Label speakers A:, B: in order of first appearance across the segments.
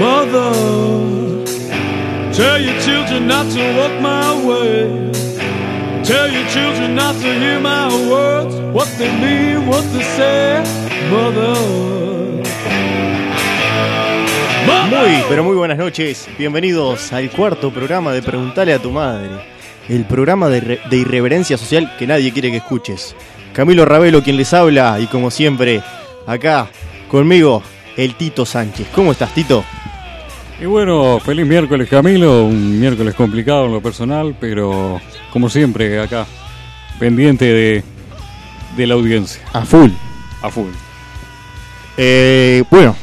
A: Mother, tell your children not to walk my way. Tell your children not to hear my words, what they mean, what they say. Mother.
B: Muy, pero muy buenas noches. Bienvenidos al cuarto programa de Preguntale a tu madre. El programa de, irre- de irreverencia social que nadie quiere que escuches. Camilo Ravelo quien les habla y como siempre, acá conmigo, el Tito Sánchez. ¿Cómo estás, Tito?
C: Y bueno, feliz miércoles Camilo, un miércoles complicado en lo personal, pero como siempre acá, pendiente de, de la audiencia,
B: A full.
C: a full.
B: Eh, bueno,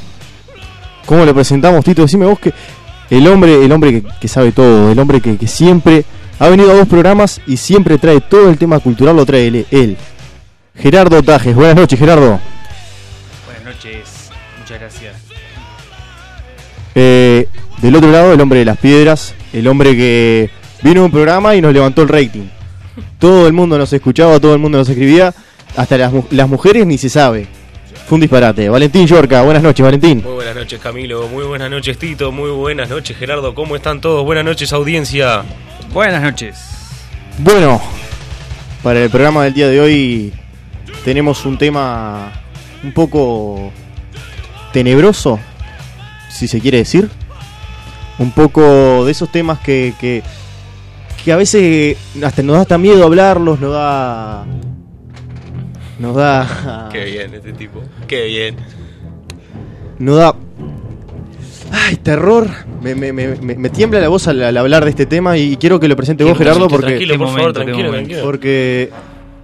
B: ¿cómo lo presentamos, Tito? Decime vos que el hombre, el hombre que, que sabe todo, el hombre que, que siempre ha venido a dos programas y siempre trae todo el tema cultural, lo trae él. él. Gerardo Tajes, buenas noches, Gerardo.
D: Buenas noches, muchas gracias.
B: Eh, del otro lado, el hombre de las piedras, el hombre que vino a un programa y nos levantó el rating. Todo el mundo nos escuchaba, todo el mundo nos escribía, hasta las, mu- las mujeres ni se sabe. Fue un disparate. Valentín Yorca, buenas noches, Valentín.
D: Muy buenas noches Camilo, muy buenas noches Tito, muy buenas noches Gerardo, ¿cómo están todos? Buenas noches audiencia.
E: Buenas noches.
B: Bueno, para el programa del día de hoy tenemos un tema un poco tenebroso, si se quiere decir. Un poco de esos temas que, que, que a veces hasta nos da hasta miedo hablarlos, nos da... Nos
E: Ah.
B: da...
D: Qué bien este tipo, qué bien.
B: Nos da... ¡Ay, terror! Me, me- me- me- me tiembla la voz al, al hablar de este tema y quiero que lo presente vos, Gerardo, porque...
D: Tranquilo, por favor,
E: Qué
D: tranquilo,
E: momento,
D: tranquilo.
B: Porque...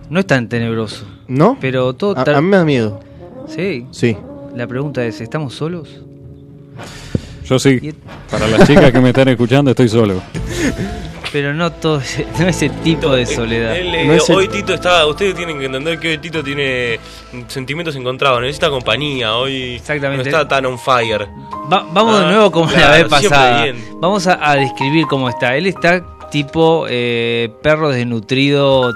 E: No es tan tenebroso,
B: ¿No?
E: pero todo
B: A-
E: tal-
B: a mí me da miedo.
E: Sí,
B: Sí.
E: la pregunta es, ¿estamos solos?
C: Yo
E: Y-
C: sí, para las chicas que me están escuchando estoy solo.
E: Pero no todo ese, no ese tipo de soledad.
D: Él, eh,
B: No es el-
D: Hoy Tito está, ustedes tienen que entender que hoy Tito tiene sentimientos encontrados, necesita compañía, hoy no
E: Exactamente.
D: está tan on fire.
E: Va- vamos
D: Ah,
E: de nuevo como
D: claro,
E: la vez
D: siempre
E: pasada.
D: bien.
E: Vamos a, a describir cómo está. Él está tipo eh, perro desnutrido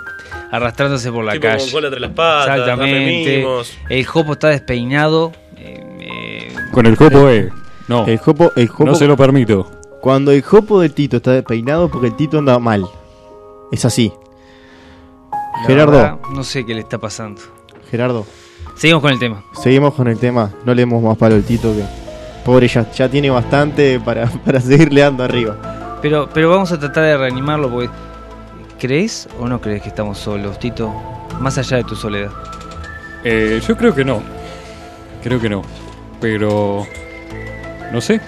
E: arrastrándose por la
D: tipo
E: calle.
D: con cola entre las patas, dame
E: Exactamente.
D: mimos.
E: El jopo está despeinado. eh, eh,
C: Con el copo eh, no,
B: El jopo, el jopo,
C: no se lo permito.
B: cuando el jopo del Tito está despeinado porque el Tito anda mal. Es así.
E: la
B: Gerardo.
E: verdad, no sé qué le está pasando.
B: Gerardo,
E: Seguimos con el tema.
B: seguimos con el tema. No le demos más palo al Tito que. Pobre, ya, ya tiene bastante para, para seguirle dando arriba.
E: Pero, pero vamos a tratar de reanimarlo porque. ¿Crees o no crees que estamos solos, Tito? Más allá de tu soledad.
C: Eh, yo creo que no, creo que no, pero no sé,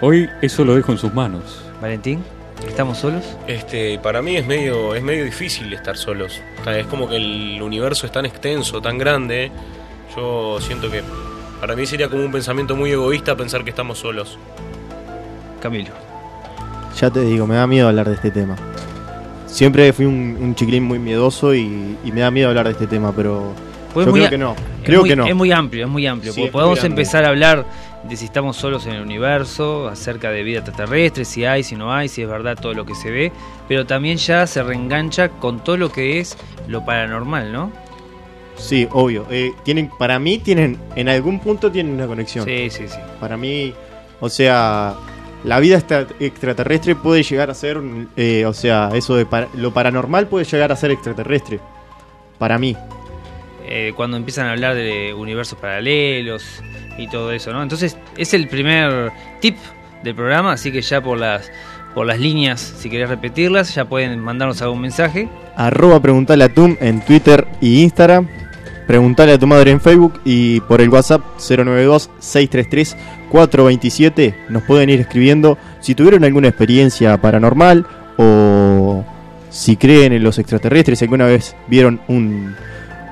C: hoy eso lo dejo en sus manos.
E: Valentín, ¿estamos solos?
D: Este, para mí es medio, es medio difícil estar solos. O sea, es como que el universo es tan extenso, tan grande. Yo siento que para mí sería como un pensamiento muy egoísta pensar que estamos solos.
E: Camilo.
B: Ya te digo, me da miedo hablar de este tema. Siempre fui un, un chiquilín muy miedoso y, y me da miedo hablar de este tema, pero.
E: Pues
B: yo
E: muy
B: creo
E: a-
B: que no.
E: es
B: Creo
E: muy-
B: que no.
E: Es muy amplio, es muy amplio.
B: Sí,
E: porque
B: es muy
E: podemos
B: amplio.
E: empezar a hablar de si estamos solos en el universo, acerca de vida extraterrestre, si hay, si no hay, si es verdad todo lo que se ve. Pero también ya se reengancha con todo lo que es lo paranormal, ¿no?
B: Sí, obvio. Eh, tienen, para mí tienen, en algún punto tienen una conexión.
E: Sí, sí, sí.
B: Para mí, o sea, la vida extra- extraterrestre puede llegar a ser, eh, o sea, eso de para- lo paranormal puede llegar a ser extraterrestre. Para mí.
E: eh, cuando empiezan a hablar de universos paralelos y todo eso, ¿no? Entonces, es el primer tip del programa, así que ya por las por las líneas, si querés repetirlas, ya pueden mandarnos algún mensaje.
B: Arroba preguntale a Tum en Twitter y Instagram. Preguntale a tu madre en Facebook y por el WhatsApp 092-633-427. Nos pueden ir escribiendo si tuvieron alguna experiencia paranormal o si creen en los extraterrestres, si alguna vez vieron un,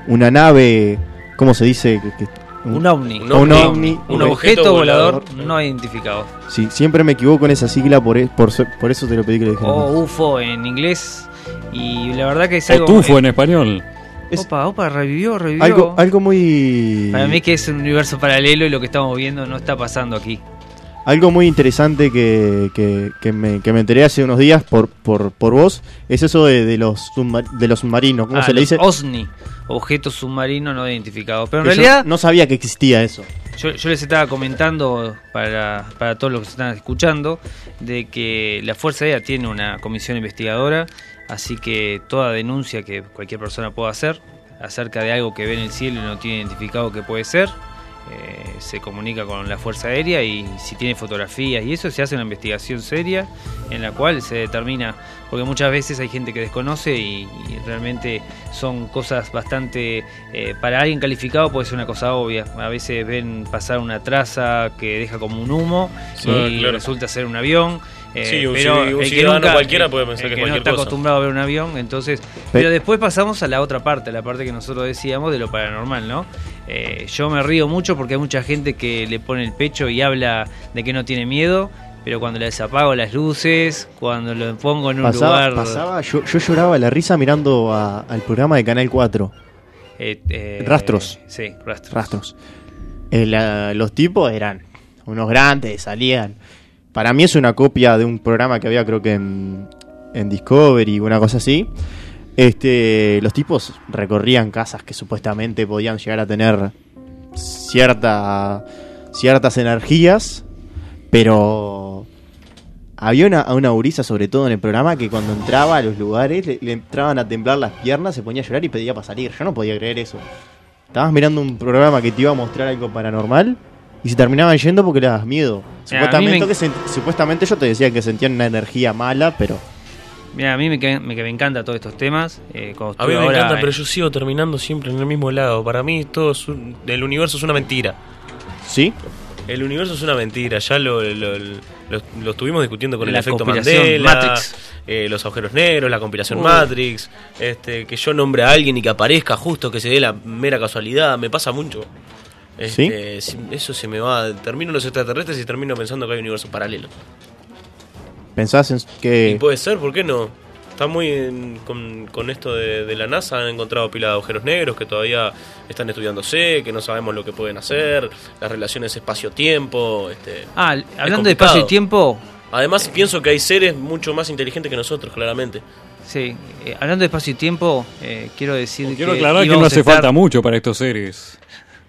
B: una nave, ¿cómo se dice? Que- que- un-
E: Un ovni.
D: Un ovni,
B: ovni,
D: un objeto
E: volador,
D: volador.
E: no identificado.
B: Sí, siempre me equivoco en esa sigla, por, e- por, so- por eso te lo pedí que lo dijeras.
E: O UFO en inglés. Y la verdad que es
C: O
E: algo...
C: tufo en español.
B: Es-
E: Opa, opa, revivió, revivió.
B: algo, algo muy.
E: Para mí que es un universo paralelo y lo que estamos viendo no está pasando aquí.
B: Algo muy interesante que, que- que me, que me enteré hace unos días por, por, por vos es eso de, de los, submar- de los submarinos. ¿Cómo
E: Ah,
B: se le
E: los
B: dice?
E: OSNI, objeto submarino no identificado. Pero en
B: Que yo
E: realidad...
B: no sabía que existía eso.
E: yo, yo les estaba comentando para, para todos los que están escuchando de que la Fuerza Aérea tiene una comisión investigadora, así que toda denuncia que cualquier persona pueda hacer acerca de algo que ve en el cielo y no tiene identificado que puede ser, eh, se comunica con la Fuerza Aérea y si tiene fotografías y eso se hace una investigación seria en la cual se determina, porque muchas veces hay gente que desconoce y, y realmente son cosas bastante, eh, para alguien calificado puede ser una cosa obvia, a veces ven pasar una traza que deja como un humo
D: Sí,
E: y
D: Ah, claro.
E: resulta ser un avión. eh,
D: Sí, un
E: pero
D: ci- un
E: el que
D: ciudadano
E: nunca-
D: cualquiera
E: el-
D: puede pensar
E: el
D: que
E: que
D: es
E: no
D: cualquier
E: está
D: cosa.
E: acostumbrado a ver un avión, entonces... Pero después pasamos a la otra parte, a la parte que nosotros decíamos de lo paranormal, ¿no? Eh, yo me río mucho porque hay mucha gente que le pone el pecho y habla de que no tiene miedo, pero cuando les apago las luces, cuando lo pongo en un
B: Pasaba,
E: lugar...
B: pasaba yo, yo lloraba la risa mirando a- al programa de Canal 4,
E: eh, eh,
B: Rastros.
E: Sí, rastros.
B: Rastros. Eh, la- los tipos eran unos grandes, salían. Para mí es una copia de un programa que había creo que en, en Discovery, una cosa así. Este, los tipos recorrían casas que supuestamente podían llegar a tener cierta, ciertas energías, pero había una, a una gurisa, sobre todo en el programa, que cuando entraba a los lugares le, le entraban a temblar las piernas, se ponía a llorar y pedía para salir. Yo no podía creer eso. Estabas mirando un programa que te iba a mostrar algo paranormal y se terminaban yendo porque le das miedo.
E: Ah, a mí
B: Supuestamente,
E: me-
B: que se- supuestamente yo te decía que sentían una energía mala, pero...
E: Mira, a mí me, que- me, que me encanta todos estos temas. eh, cuando
D: A mí
E: estuve
D: me
E: ahora
D: encanta,
E: en-
D: pero yo sigo terminando siempre en el mismo lado. Para mí todo es un- el universo es una mentira.
B: ¿Sí?
D: El universo es una mentira, ya lo, lo- lo- lo estuvimos discutiendo con el
E: La
D: efecto
E: conspiración
D: Mandela,
E: Matrix.
D: eh, los agujeros negros, la compilación Matrix, este, que yo nombre a alguien y que aparezca justo, que se dé la mera casualidad, me pasa mucho. Este, si- Eso se me va, termino los extraterrestres y termino pensando que hay universos paralelos.
B: ¿Pensás en
D: Y
B: que...
D: puede ser, ¿por qué no? Está muy en- con, con esto de, de la NASA, han encontrado pila de agujeros negros que todavía están estudiándose, que no sabemos lo que pueden hacer, las relaciones espacio-tiempo. Este,
E: Ah, hablando de
D: complicado.
E: espacio y tiempo,
D: Además, pienso que hay seres mucho más inteligentes que nosotros, claramente.
E: sí, eh, hablando de espacio y tiempo, eh, quiero decir
C: Quiero
E: que
C: aclarar que no
E: íbamos a
C: hace
E: estar-
C: falta mucho para estos seres.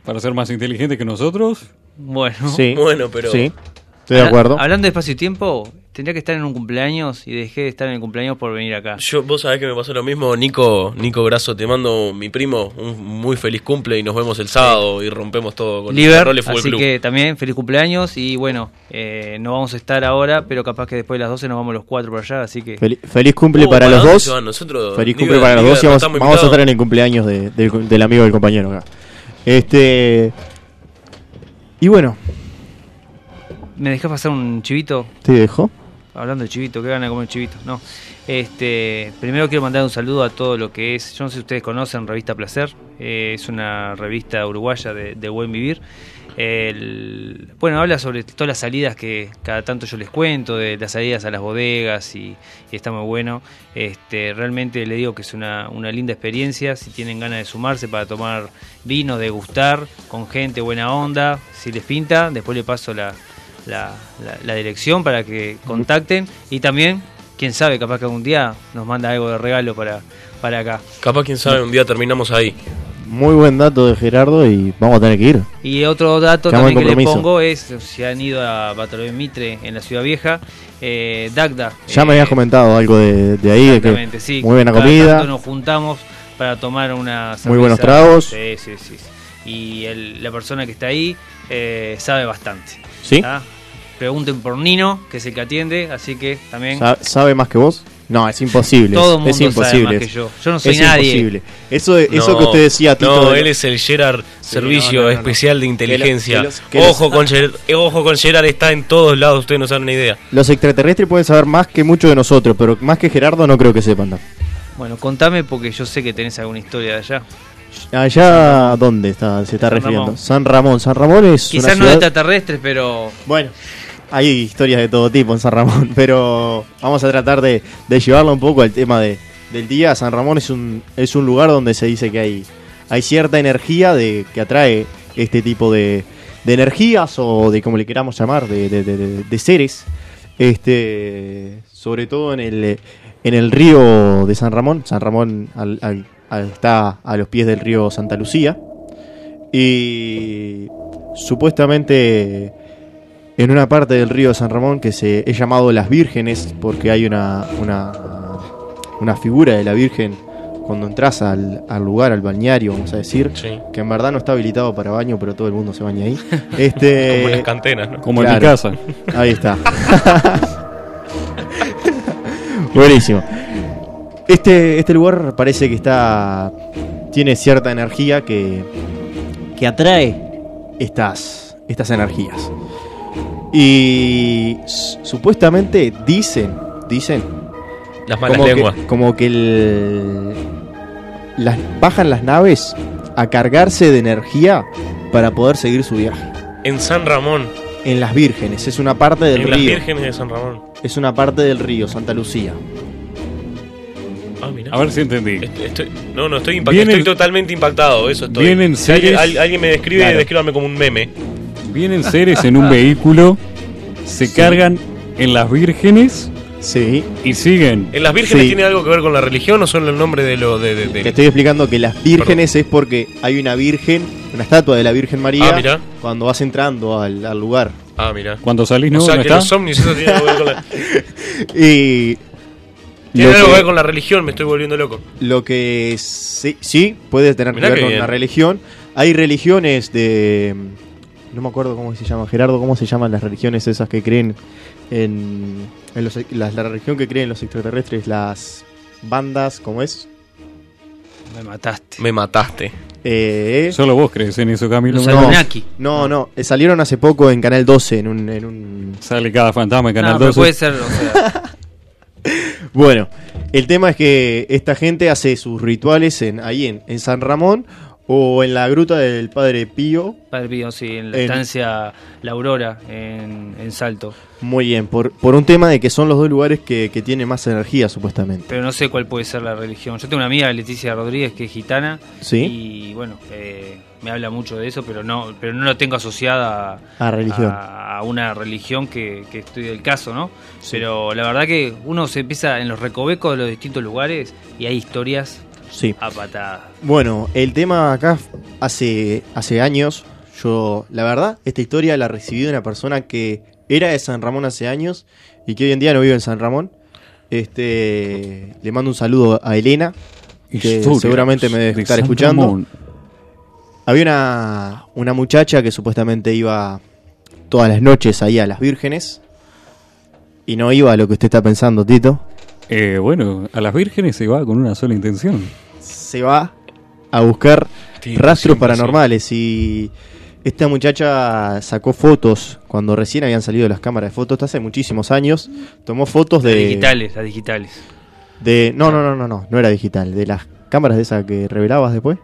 C: Para ser más inteligentes que nosotros.
E: Bueno.
B: Sí.
D: Bueno, pero-
B: Sí, estoy de
E: Habla-
B: acuerdo.
E: Hablando de espacio y tiempo, tendría que estar en un cumpleaños y dejé de estar en el cumpleaños por venir acá.
D: Yo, vos sabés que me pasó lo mismo, Nico, Nico Grasso, te mando mi primo un muy feliz cumple y nos vemos el sábado y rompemos todo con el
E: Liver,
D: Ferrole Fútbol
E: así
D: Club.
E: que también feliz cumpleaños y bueno, eh, no vamos a estar ahora, pero capaz que después de las 12 nos vamos los cuatro por allá, así que...
B: Fel- feliz cumple
D: Oh,
B: para, los
D: dónde
B: dos.
D: se van? Nosotros,
B: Feliz
D: Liver-
B: cumple para los
D: Liver,
B: dos y vamos,
D: estamos
B: vamos a
D: invitados.
B: estar en el cumpleaños de- del, del amigo del compañero acá. Este. Y bueno,
E: ¿Me dejás pasar un chivito?
B: te dejo.
E: Hablando de chivito, qué gana de comer chivito. No, este, primero quiero mandar un saludo a todo lo que es, yo no sé si ustedes conocen Revista Placer, eh, es una revista uruguaya de, de buen vivir. El- bueno, habla sobre todas las salidas que cada tanto yo les cuento, de las salidas a las bodegas y, y está muy bueno. Este, realmente le digo que es una, una linda experiencia, si tienen ganas de sumarse para tomar vino, degustar con gente, buena onda, si les pinta, después le paso la, la, la- la dirección para que contacten y también, quién sabe, capaz que algún día nos manda algo de regalo para, para acá.
D: Capaz, quién sabe, un día terminamos ahí.
B: Muy buen dato de Gerardo y vamos a tener que ir.
E: Y otro dato
B: Llamo
E: también
B: al
E: que le
B: compromiso.
E: pongo es, si han ido a Bartolomé Mitre en la Ciudad Vieja, eh, Dagda.
B: Ya me
E: eh,
B: habías comentado algo de, de ahí, de
E: Exactamente,
B: que
E: sí.
B: muy buena
E: Cada
B: comida.
E: tanto nos juntamos para tomar una cerveza.
B: Muy buenos tragos.
E: Sí, sí, sí. sí. Y el- la persona que está ahí eh, sabe bastante.
B: ¿Sí?
E: ¿tá? Pregunten por Nino, que es el que atiende, así que también...
B: Sa- ¿Sabe más que vos? No, es imposible.
E: Todo
B: es
E: el mundo sabe
B: imposible.
E: más que yo. Yo no soy
B: es
E: nadie.
B: imposible. Eso, eso
D: No,
B: que usted decía, Tito.
D: No,
B: de-
D: él es el Gerard Servicio
B: no, no, no, no.
D: Especial de Inteligencia.
B: Que los- que los-
D: ojo, con Gerard, ojo con Gerard, está en todos lados, ustedes no saben ni idea.
B: Los extraterrestres pueden saber más que muchos de nosotros, pero más que Gerardo no creo que sepan. ¿no?
E: Bueno, contame porque yo sé que tenés alguna historia de allá.
B: Allá, ¿dónde está, se está
E: San
B: refiriendo?
E: Ramón.
B: San Ramón. San Ramón es
E: Quizás
B: una
E: no de
B: ciudad...
E: extraterrestres, pero
B: Bueno, hay historias de todo tipo en San Ramón, pero vamos a tratar de, de llevarlo un poco al tema de, del día. San Ramón es un, es un lugar donde se dice que hay, hay cierta energía de, que atrae este tipo de, de energías o de como le queramos llamar, de, de- de- de- de seres. Este, sobre todo en el, en el río de San Ramón. San Ramón al- al- al- está a los pies del río Santa Lucía. Y supuestamente en una parte del río de San Ramón que se es llamado Las Vírgenes, porque hay una, una, una figura de la Virgen cuando entras al, al lugar, al balneario, vamos a decir,
D: Sí.
B: que en verdad no está habilitado para baño, pero todo el mundo se baña ahí. Este,
D: Como las cantenas, ¿no?
C: Como en mi
B: Claro.
C: casa.
B: Ahí está. Buenísimo. Este, este lugar parece que está. tiene cierta energía que. que atrae estas. estas energías. Y. s- supuestamente dicen. dicen.
D: Las malas
B: como
D: lenguas.
B: que. como que el- las, bajan las naves a cargarse de energía para poder seguir su viaje.
D: En San Ramón,
B: En las vírgenes, es una parte del
D: en las
B: río.
D: vírgenes de San Ramón.
B: Es una parte del río, Santa Lucía.
D: Ah, mirá.
C: A ver si entendí.
D: Est- estoy- no, no, estoy, impactado,
C: Vienen-
D: estoy totalmente impactado. Eso estoy.
C: Vienen
D: Si alguien,
C: series-
D: al- alguien me describe,
B: Claro.
D: descríbame como un meme.
C: Vienen seres en un vehículo, se cargan en las vírgenes
B: Sí.
C: y siguen.
D: ¿En las vírgenes
B: Sí.
D: tiene algo que ver con la religión o solo el nombre de lo de, de- de-
B: Te
C: Este-
B: estoy explicando que las vírgenes es porque hay una virgen, una estatua de la Virgen María,
D: Ah, mirá.
B: cuando vas entrando al, al lugar.
D: Ah, mira.
C: Cuando salís, no,
D: o sea,
C: no
D: que
C: está.
D: los ovnis eso tiene algo que ver con la,
B: Y
D: tiene
B: lo
D: algo que ver
B: que,
D: con la religión, me estoy volviendo loco.
B: lo que sí, sí, puede tener
D: Mirá
B: que ver
D: qué
B: con
D: bien.
B: la religión. Hay religiones de... No me acuerdo cómo se llama, Gerardo, cómo se llaman las religiones esas que creen en... en los, la, la religión que creen los extraterrestres, las bandas, ¿cómo es?
E: Me mataste.
D: Me mataste.
B: Eh,
C: Solo vos crees en eso, Camilo.
E: Los
B: no.
E: Anunnaki.
B: No, no, eh, salieron hace poco en Canal 12, en un... En un...
C: Sale cada fantasma en Canal
E: No, pero
C: 12.
D: pues,
E: puede ser, o sea,
B: Bueno, el tema es que esta gente hace sus rituales en, ahí en, en San Ramón o en la gruta del Padre Pío.
E: Padre Pío, sí, en la
B: En-
E: estancia La Aurora, en, en Salto.
B: Muy bien, por, por un tema de que son los dos lugares que, que tienen más energía, supuestamente.
E: Pero no sé cuál puede ser la religión. Yo tengo una amiga, Leticia Rodríguez, que es gitana.
B: ¿Sí?
E: Y bueno, eh, me habla mucho de eso, pero no pero no la tengo asociada a,
B: A religión.
E: a- a una religión que, que estudie el caso, ¿no?
B: Sí.
E: Pero la verdad que uno se empieza en los recovecos de los distintos lugares y hay historias
B: Sí.
E: a patadas.
B: Bueno, el tema acá hace, hace años, yo, la verdad, esta historia la recibí de una persona que era de San Ramón hace años y que hoy en día no vive en San Ramón. Este, le mando un saludo a Elena, que
C: Historias
B: seguramente me debe
C: de
B: estar
C: San
B: escuchando.
C: Ramón.
B: Había una, una muchacha que supuestamente iba todas las noches ahí a las vírgenes. Y no iba a lo que usted está pensando, Tito.
C: Eh, bueno, a las vírgenes se va con una sola intención.
B: Se va a buscar
D: Tito,
B: rastros
D: siempre
B: paranormales. Y esta muchacha sacó fotos cuando recién habían salido las cámaras de fotos, esto hace muchísimos años. Tomó fotos
E: Las
B: de.
E: digitales, las digitales.
B: de no, no, no, no, no, no era digital. De las cámaras de esas que revelabas después.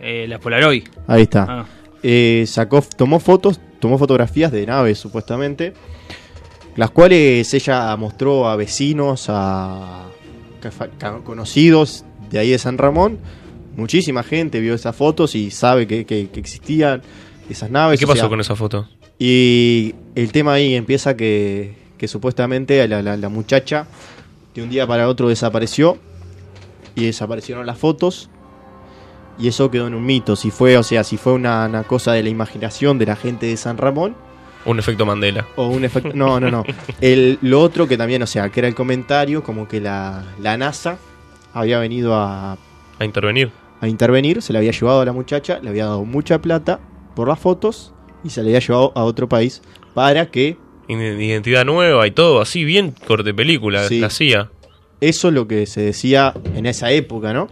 E: Eh, las Polaroid.
B: Ahí está.
E: Ah,
B: Eh, sacó, tomó fotos, tomó fotografías de naves supuestamente, las cuales ella mostró a vecinos, a cafa- ca- conocidos de ahí de San Ramón. Muchísima gente vio esas fotos y sabe que, que- que existían esas
D: ¿Y
B: naves.
D: ¿Qué
B: o
D: pasó
B: sea,
D: con esa foto?
B: y el tema ahí empieza que, que supuestamente la, la- la muchacha de un día para otro desapareció y desaparecieron las fotos y eso quedó en un mito. Si fue, o sea, si fue una, una cosa de la imaginación de la gente de San Ramón
D: Un efecto Mandela.
B: o un efecto... No, no, no. El, lo otro que también, o sea, que era el comentario como que la, la NASA había venido a
D: A intervenir.
B: a intervenir, se la había llevado a la muchacha, le había dado mucha plata por las fotos y se la había llevado a otro país para que
D: Ide- Identidad nueva y todo, así bien corte película,
B: Sí.
D: la CIA.
B: eso es lo que se decía en esa época, ¿no?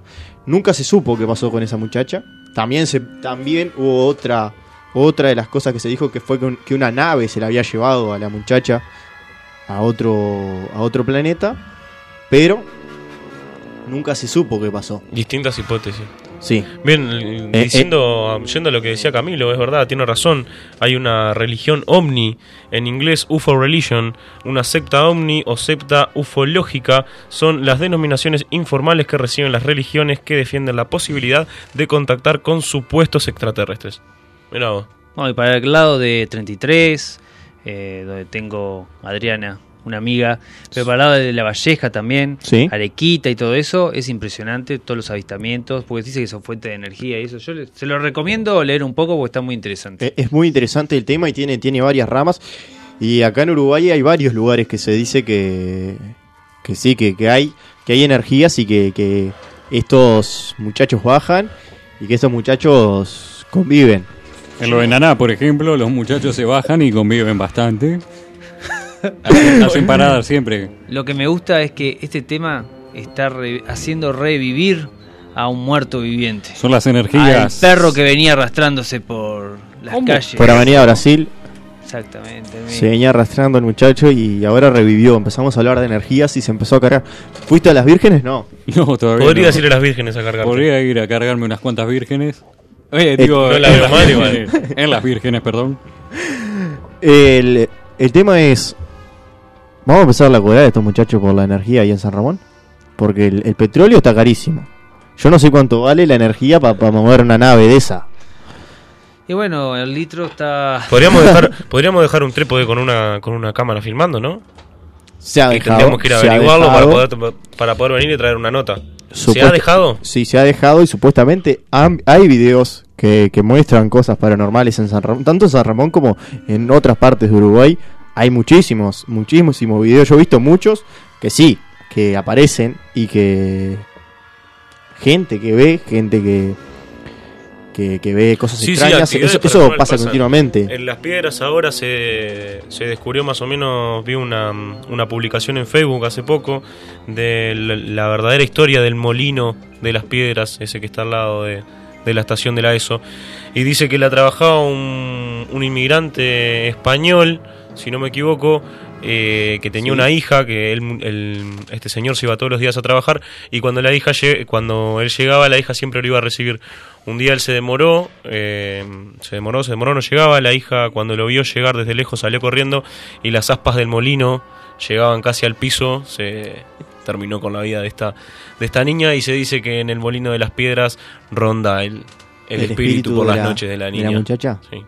B: Nunca se supo qué pasó con esa muchacha. También se también hubo otra otra de las cosas que se dijo que fue que, un- que una nave se la había llevado a la muchacha a otro a otro planeta, pero nunca se supo qué pasó.
D: Distintas hipótesis.
B: Sí,
D: Bien, l-
B: Eh,
D: diciendo, yendo a lo que decía Camilo, es verdad, tiene razón. Hay una religión ovni, en inglés UFO religion, una secta ovni o secta ufológica, son las denominaciones informales que reciben las religiones que defienden la posibilidad de contactar con supuestos extraterrestres. Mirá vos.
E: Bueno, y para el lado de 33, eh, donde tengo a Adriana una amiga, preparado de la Valleja también,
B: Sí.
E: Arequita y todo eso, es impresionante, todos los avistamientos, porque dice que son fuente de energía y eso. Yo le- se lo recomiendo leer un poco porque está muy interesante.
B: E- Es muy interesante el tema y tiene, tiene varias ramas. Y acá en Uruguay hay varios lugares que se dice que, que sí, que, que hay, que hay energías y que, que estos muchachos bajan y que estos muchachos conviven.
C: En lo de Naná, por ejemplo, los muchachos se bajan y conviven bastante. Hacen, hacen paradas siempre.
E: Lo que me gusta es que este tema está re- haciendo revivir a un muerto viviente.
C: Son las
E: Al
C: energías.
E: perro que venía arrastrándose por las
C: ¿Cómo?
E: calles.
B: Por Avenida Brasil
E: Exactamente.
B: se venía arrastrando el muchacho y ahora revivió. Empezamos a hablar de energías y se empezó a cargar. ¿Fuiste a las vírgenes? No.
C: No, todavía
D: Podría
C: no.
D: decirle a las vírgenes a cargar.
C: Podría ir a cargarme unas cuantas vírgenes. Eh, digo,
D: no la
C: en,
D: veo
C: las
D: mal,
C: vírgenes, en las vírgenes, perdón.
B: El, el tema es. Vamos a empezar la codea de estos muchachos por la energía ahí en San Ramón. Porque el, el petróleo está carísimo. Yo no sé cuánto vale la energía para mover una nave de esa.
E: Y bueno, el litro está.
D: Podríamos dejar, podríamos dejar un trípode con una, con una cámara filmando, ¿no?
B: Se ha
D: Y
B: dejado.
D: tendríamos que ir a
B: se ha
D: averiguarlo para
B: dejado.
D: poder, para poder venir y traer una nota. ¿Se ha
B: Supuesta-
D: dejado?
B: Sí, se ha dejado y supuestamente han- hay videos que, que muestran cosas paranormales en San Ramón. Tanto en San Ramón como en otras partes de Uruguay. Hay muchísimos, muchísimos videos. Yo he visto muchos que sí, que aparecen y que. Gente que ve, gente que. que, que ve cosas
D: Sí, sí,
B: extrañas.
D: actividades
B: eso eso
D: paranormales
B: pasa
D: pasan.
B: continuamente.
D: En Las Piedras ahora se, se descubrió más o menos, vi una, una publicación en Facebook hace poco de la, la verdadera historia del molino de Las Piedras, ese que está al lado de, de la estación de la E ESO. Y dice que la trabajaba un, un inmigrante español, si no me equivoco, eh, que tenía una hija, que él- el- este señor se iba todos los días a trabajar y cuando la hija lle- cuando él llegaba la hija siempre lo iba a recibir. Un día él se demoró, eh, se demoró, se demoró, no llegaba. La hija cuando lo vio llegar desde lejos salió corriendo y las aspas del molino llegaban casi al piso. Se terminó con la vida de esta de esta niña y se dice que en el molino de las piedras ronda el, el espíritu, por
B: de
D: las
B: la-
D: noches de la niña.
B: muchacha.
D: Sí.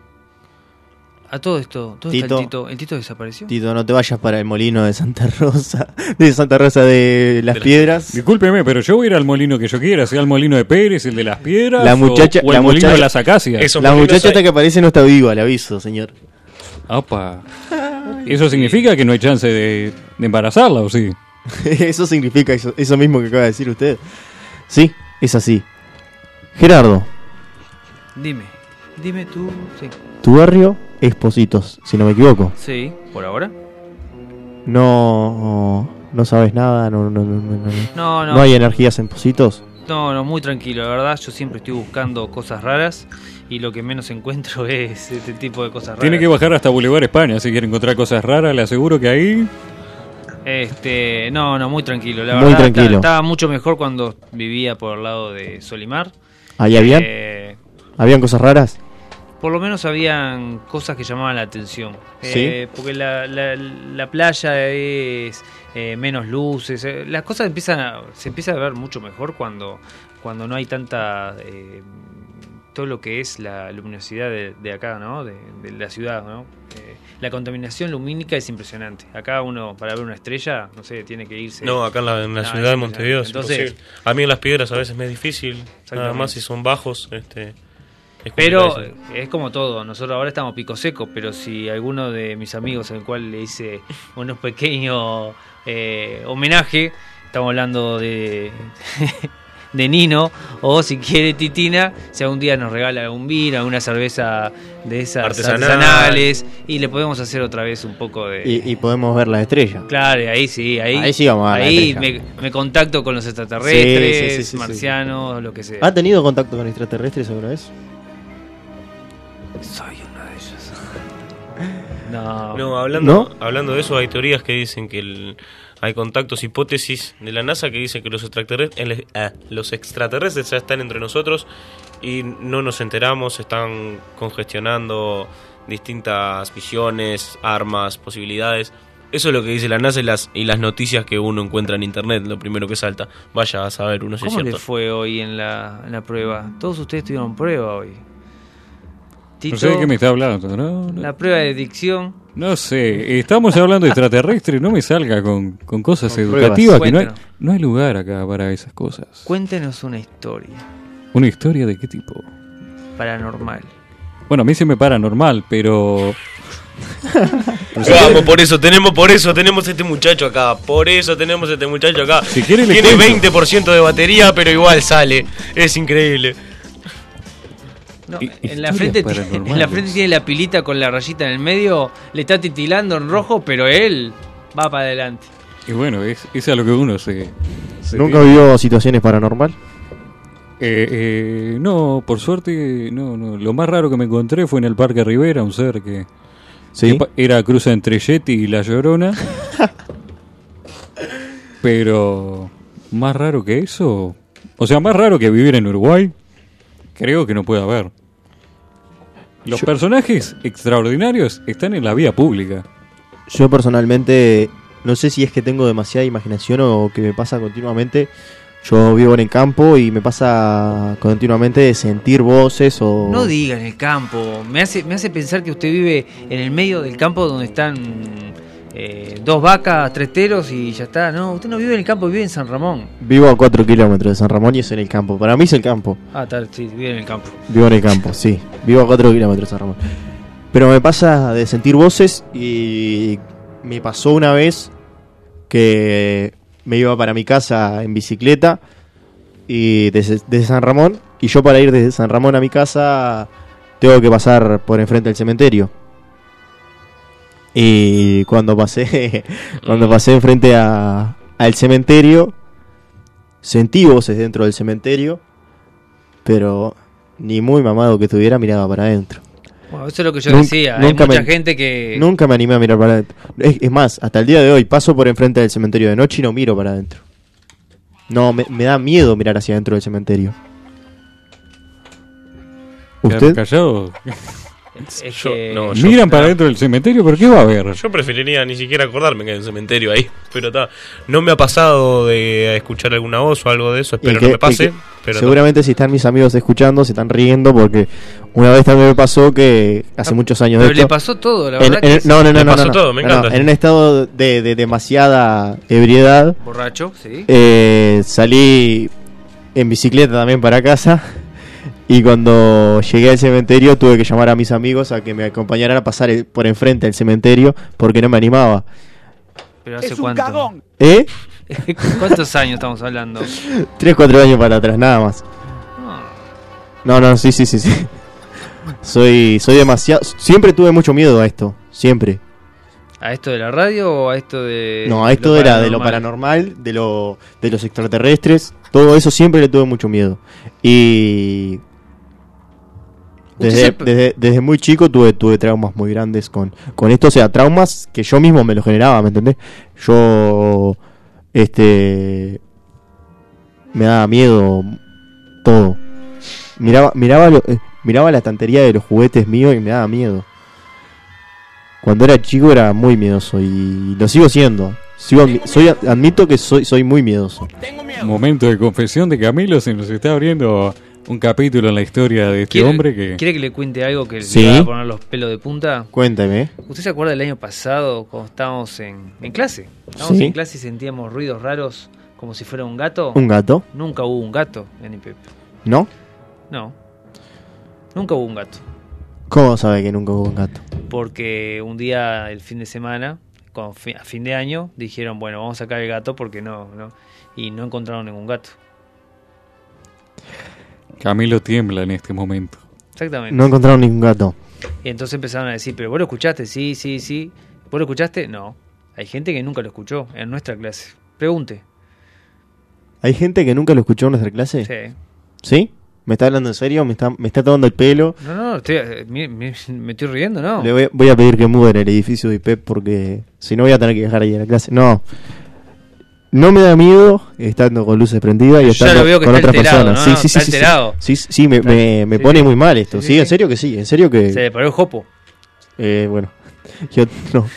E: A todo esto, todo está
B: Tito.
E: el Tito. ¿El Tito desapareció?
B: Tito, no te vayas para el molino de Santa Rosa. De Santa Rosa de las
D: De la-
B: Piedras.
C: Discúlpeme, pero yo voy a ir al molino que yo quiera, sea el molino de Pérez, el de las piedras,
B: La
C: o-
B: muchacha-
C: o, el
B: la
C: molino
B: muchacha-
C: de las acacias.
D: Esos
B: La
D: molinos
B: muchacha
D: hay-
B: hasta que aparece no está viva, le aviso, señor.
C: Apa. Eso significa que no hay chance de, de embarazarla, ¿o sí?
B: Eso significa eso, eso mismo que acaba de decir usted. Sí, es así. Gerardo,
E: Dime. Dime tú. Sí.
B: tu barrio es Positos, si no me equivoco.
E: Sí, por ahora.
B: No, no sabes nada, no, no, no, no, no.
E: No, no.
B: ¿No hay energías en Positos.
E: No, no, muy tranquilo, la verdad. Yo siempre estoy buscando cosas raras y lo que menos encuentro es este tipo de cosas raras.
C: Tiene que bajar hasta Boulevard España si quiere encontrar cosas raras, le aseguro que ahí
E: Este, no, no, muy tranquilo, la
B: Muy
E: verdad.
B: tranquilo.
E: está- Estaba mucho mejor cuando vivía por el lado de Solimar.
B: Ahí habían,
E: Eh,
B: habían cosas raras.
E: por lo menos habían cosas que llamaban la atención.
B: Sí.
E: Eh, porque la, la- la playa es eh, menos luces. eh, las cosas empiezan a, se empieza a ver mucho mejor cuando, cuando no hay tanta... eh, todo lo que es la luminosidad de, de acá, ¿no? De, de la ciudad, ¿no? Eh, la contaminación lumínica es impresionante. Acá uno, para ver una estrella, no sé, tiene que irse...
D: No, acá en la, en la
E: No,
D: ciudad
E: es
D: de Montevideo. es
E: impresionante.
D: imposible. a mí en las piedras a veces me es difícil, nada más si son bajos. Este, es
E: Pero
D: complicadísimo.
E: es como todo, nosotros ahora estamos pico seco, pero si alguno de mis amigos al cual le hice unos pequeños eh, homenaje, estamos hablando de, de Nino, o si quiere Titina, si algún día nos regala un vino, alguna cerveza de esas
D: Artesanal.
E: artesanales, y le podemos hacer otra vez un poco de...
B: Y, y podemos ver las estrellas.
E: eh, Claro, ahí sí, ahí,
B: Ahí sí vamos a la
E: ahí me,
B: estrella.
E: me contacto con los extraterrestres,
B: Sí, sí, sí, Ah, sí, sí.
E: marcianos, lo que sea.
B: ¿Ha tenido contacto con extraterrestres alguna vez?
E: Soy uno de ellos. No.
D: No, hablando,
B: ¿No?
D: hablando de eso, hay teorías que dicen que el- hay contactos, hipótesis de la NASA que dicen que los extraterrestres, el- ah, los extraterrestres ya están entre nosotros y no nos enteramos, están congestionando distintas visiones, armas, posibilidades. Eso es lo que dice la NASA y las, y las noticias que uno encuentra en internet, lo primero que salta. Vaya a saber uno si es
E: ¿Cómo
D: cierto.
E: les fue hoy en la, en la prueba? Todos ustedes tuvieron prueba hoy. Tito,
C: No sé de qué me está hablando. No, no,
E: La prueba de dicción.
C: no sé, estamos hablando de extraterrestre, no me salga con, con cosas
B: Con pruebas.
C: educativas, que no hay,
E: Cuéntanos.
C: no hay lugar acá para esas cosas.
E: Cuéntenos una historia
C: ¿Una historia de qué tipo?
E: paranormal.
C: Bueno, a mí se me paranormal, pero...
D: Vamos, por eso tenemos, por eso tenemos este muchacho acá, por eso tenemos este muchacho acá.
C: Si quiere, le
D: Tiene
C: cuento.
D: 20% de batería, pero igual sale. Es increíble.
E: No,
C: Hi-
E: en, la
C: historias
E: frente tiene,
C: paranormales.
E: en la frente tiene la pilita con la rayita en el medio, le está titilando en rojo, pero él va para adelante.
C: Y bueno, es, es a lo que uno se... se
B: ¿Nunca vio situaciones paranormal?
C: Eh, eh, no, por suerte, no, no. Lo más raro que me encontré fue en el Parque Rivera, un ser que
B: Sí.
C: que pa- era cruza entre Yeti y La Llorona. Pero más raro que eso, o sea, más raro que vivir en Uruguay, creo que no puede haber. Los personajes extraordinarios están en la vía pública.
B: Yo personalmente, no sé si es que tengo demasiada imaginación o que me pasa continuamente. Yo vivo en el campo y me pasa continuamente de sentir voces o...
E: No diga en el campo, me hace, me hace pensar que usted vive en el medio del campo donde están eh, dos vacas, tres teros y ya está. No, usted no vive en el campo, vive en San Ramón.
B: Vivo a 4 kilómetros de San Ramón y es en el campo. Para mí es el campo.
E: Ah, está, sí, vive en el campo.
B: Vivo en el campo, sí. Vivo a 4 kilómetros de San Ramón. Pero me pasa de sentir voces y me pasó una vez que me iba para mi casa en bicicleta y desde, desde San Ramón y yo para ir desde San Ramón a mi casa tengo que pasar por enfrente del cementerio. Y cuando pasé cuando pasé enfrente a, al cementerio sentí voces dentro del cementerio, pero ni muy mamado que estuviera miraba para adentro.
E: Bueno, eso es lo que yo
B: Nunca-
E: decía.
B: nunca
E: Hay mucha
B: me-
E: gente que.
B: Nunca me animé a mirar para adentro. Es, es más, hasta el día de hoy paso por enfrente del cementerio de noche y no miro para adentro. No, me, me da miedo mirar hacia adentro del cementerio.
C: Quedaron
B: ¿Usted?
C: callados.
E: es
D: Yo-
E: que-
D: no, yo-
C: Miran para dentro del cementerio, pero ¿qué va a haber?
D: Yo preferiría ni siquiera acordarme que hay un cementerio ahí, pero está. No me ha pasado de escuchar alguna voz o algo de eso,
B: El
D: espero
B: que-
D: no me pase.
B: el que-
D: pero ta.
B: seguramente si están mis amigos escuchando se están riendo porque una vez también me pasó que hace muchos años
E: Ah, Pero
B: de
E: le
B: esto,
E: pasó todo, la
B: en-
E: verdad. que
B: en-
E: es
B: no, no, no,
D: Le
B: no,
D: pasó
B: no,
D: todo, me
B: no, no,
D: encanta.
B: en un estado de, de demasiada ebriedad
E: Borracho, sí.
B: Eh, salí en bicicleta también para casa. Y cuando llegué al cementerio tuve que llamar a mis amigos a que me acompañaran a pasar el- por enfrente del cementerio porque no me animaba.
E: Pero hace cuánto.
B: ¿Eh?
E: ¿Cuántos años estamos hablando?
B: 3, 4 años para atrás, nada más.
E: Ah,
B: No, no, sí, sí, sí, sí. Soy, soy demasiado... Siempre tuve mucho miedo a esto. Siempre.
E: ¿A esto de la radio o a esto de.?
B: No, a esto era de Eh, lo paranormal, de, lo, de los extraterrestres. Todo eso siempre le tuve mucho miedo. Y
E: Usted
B: Desde,
E: se-
B: desde- desde muy chico tuve, tuve traumas muy grandes con, con esto. O sea, traumas que yo mismo me los generaba, ¿me entendés? Yo. Este. Me daba miedo todo. Miraba, miraba, lo- eh, miraba la estantería de los juguetes míos y me daba miedo. Cuando era chico era muy miedoso y lo sigo siendo. Sigo admi- soy, admito que soy, soy muy miedoso.
C: Momento de confesión de Camilo, se nos está abriendo un capítulo en la historia de este
E: ¿Quiere-
C: hombre que...
E: ¿Quiere que le cuente algo que
B: Sí.
E: le va a poner los pelos de punta?
B: Cuéntame. ¿eh?
E: ¿Usted se acuerda del año pasado cuando estábamos en, en clase? Estábamos
B: Sí.
E: en clase y sentíamos ruidos raros como si fuera un gato.
B: ¿Un gato?
E: Nunca hubo un gato en IPP.
B: ¿No?
E: No. Nunca hubo un gato.
B: ¿Cómo sabe que nunca hubo un gato?
E: Porque un día, el fin de semana, con fi- a fin de año, dijeron, bueno, vamos a sacar el gato porque no, no. Y no encontraron ningún gato.
C: Camilo tiembla en este momento.
E: Exactamente.
B: No encontraron ningún gato.
E: Y entonces empezaron a decir, pero vos lo escuchaste, sí, sí, sí. ¿Vos lo escuchaste? No. Hay gente que nunca lo escuchó en nuestra clase. Pregunte.
B: ¿Hay gente que nunca lo escuchó en nuestra clase? Sí.
E: Sí.
B: ¿Me está hablando en serio? ¿Me está, me está tomando el pelo?
E: No, no, estoy, eh, mi- mi- me estoy riendo, ¿no?
B: Le voy, voy a pedir que muden el edificio de IPEP porque si no voy a tener que dejar ahí en la clase. No. No me da miedo estando con luces prendidas y
E: Ya
B: estando
E: lo veo que
B: con
E: está
B: otras
E: alterado,
B: personas.
E: no, no,
B: sí, sí,
E: está
B: sí, sí,
E: alterado.
B: sí. Sí, sí, me, me- me
E: sí,
B: pone
E: sí.
B: muy mal esto.
E: Sí,
B: Sí,
E: sí,
B: en
E: sí.
B: serio que sí, en serio que.
E: Se le paró el jopo.
B: eh, bueno. Yo no.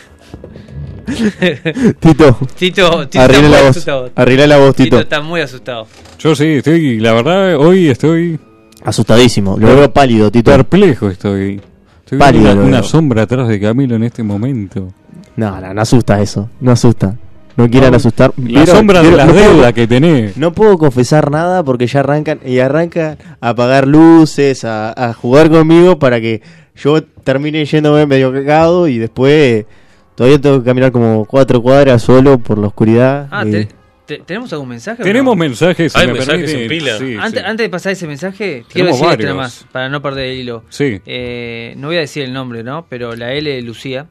B: Tito,
E: Tito, Tito está
B: arregla
E: muy
B: la voz.
E: asustado.
B: Arregla la voz,
E: Tito
B: Tito.
E: está muy asustado.
C: Yo sí, estoy, la verdad, hoy estoy
B: Asustadísimo. Lo veo pálido, Tito.
C: perplejo, estoy. Se ve
B: Pálido
C: una,
B: lo
C: una
B: veo.
C: sombra atrás de Camilo en este momento.
B: No, no, no asusta eso. No asusta. No quieran
C: No,
B: asustar.
C: La
B: Vieron-
C: sombra de
B: vieron-
C: la
B: no puedo-
C: deuda que tenés.
B: No puedo confesar nada porque ya arrancan y arrancan a apagar luces, a, a jugar conmigo para que yo termine yéndome medio cagado y después todavía tengo que caminar como cuatro cuadras solo por la oscuridad.
E: Ah,
B: y-
E: te- te- ¿tenemos algún mensaje? o
C: Tenemos
E: no?
C: mensajes. si
D: Hay
C: me
D: mensajes
C: permiten.
D: en pila.
C: Sí,
E: Antes,
C: sí.
E: antes de pasar ese mensaje, quiero
C: Tenemos
E: decir otra
C: varios.
E: más, para no perder el hilo.
C: Sí.
E: Eh, no voy a decir el nombre, ¿no? Pero la L de Lucía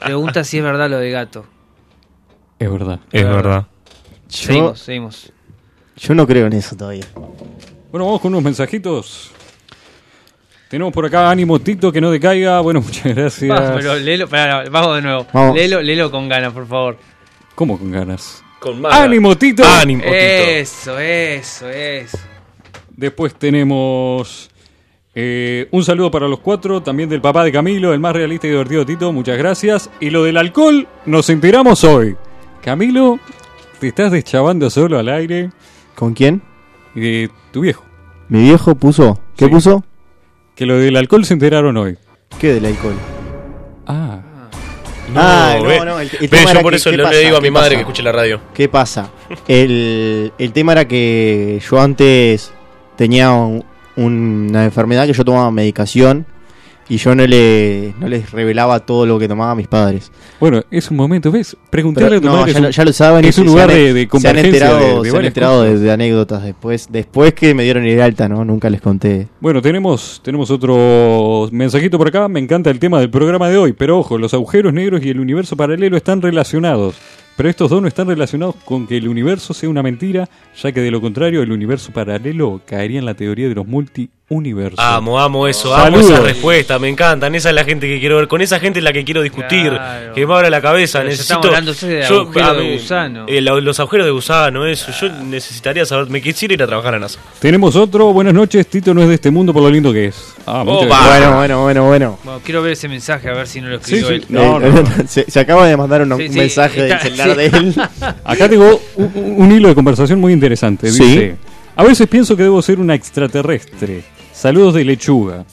E: pregunta si es verdad lo de gato.
C: es verdad.
D: Es verdad.
B: yo,
E: Seguimos, seguimos.
B: yo no creo en eso todavía.
C: Bueno, vamos con unos mensajitos. Tenemos por acá ánimo Tito que no decaiga. Bueno, muchas gracias.
E: Vamos, pero léelo, pará, no, vamos de nuevo.
B: Vamos.
E: Léelo, léelo con ganas, por favor.
C: ¿Cómo con ganas?
D: Con mala.
C: ¡Ánimo, Tito!
D: ¡Ánimo, Tito!
E: Eso, eso, eso.
C: Después tenemos eh, un saludo para los cuatro, también del papá de Camilo, el más realista y divertido Tito, muchas gracias. Y lo del alcohol, nos enteramos hoy. Camilo, te estás deschavando solo al aire
B: ¿Con quién?
C: de tu viejo.
B: Mi viejo puso. ¿Qué
C: Sí.
B: puso?
C: Que lo del alcohol se enteraron hoy.
B: ¿Qué del alcohol?
C: Ah,
D: No,
B: Ah, no,
D: ve.
B: no, el- el
D: Ve,
B: tema
D: yo
B: era
D: por
B: que-
D: eso
B: ¿qué
D: no
B: pasa?
D: le digo a
B: ¿Qué
D: mi madre
B: pasa?
D: que escuche la radio.
B: ¿Qué pasa? El, el tema era que yo antes tenía un- una enfermedad que yo tomaba medicación y yo no, le, no les revelaba todo lo que tomaba a mis padres.
C: bueno, es un momento, ¿ves?
B: Pero
C: Preguntarle a tu
B: no,
C: madre
B: ya,
C: es
B: lo,
C: un-
B: ya lo saben.
C: es
B: y
C: un
B: se
C: lugar
B: han- e-
C: de- de
B: Se han
C: convergencia
B: enterado,
C: de- de
B: se han
C: varias
B: enterado de, de anécdotas después, después que me dieron el alta, ¿no? Nunca les conté.
C: Bueno, tenemos, tenemos otro mensajito por acá. Me encanta el tema del programa de hoy, pero ojo, los agujeros negros y el universo paralelo están relacionados. Pero estos dos no están relacionados con que el universo sea una mentira, ya que de lo contrario el universo paralelo caería en la teoría de los multiuniversos.
D: Amo, amo eso,
C: Saludos.
D: amo esa respuesta, me encantan. Esa es la gente que quiero ver, con esa gente es la que quiero discutir,
E: Claro.
D: que me abra la cabeza.
E: Pero ya
D: necesito.
E: estamos hablando ustedes de agujeros de gusano.
D: eh, la- los agujeros de gusano, eso. Yo necesitaría saber, me quisiera ir a trabajar a NASA.
C: Tenemos otro. Buenas noches, Tito no es de este mundo por lo lindo que es. Ah, muchas
D: Opa.
C: gracias.
B: Bueno, bueno, bueno, bueno. Eh,
E: Bueno, quiero ver ese mensaje, a ver si no lo escribió
C: Sí,
E: él.
C: sí. No, no, no.
B: Se, se acaba de mandar un,
E: Sí,
B: un
E: sí,
B: mensaje del
E: está-
B: celular
E: sí.
B: de él.
C: Acá tengo un, un- un hilo de conversación muy interesante.
B: Sí.
C: Dice: A veces pienso que debo ser una extraterrestre. Saludos de lechuga.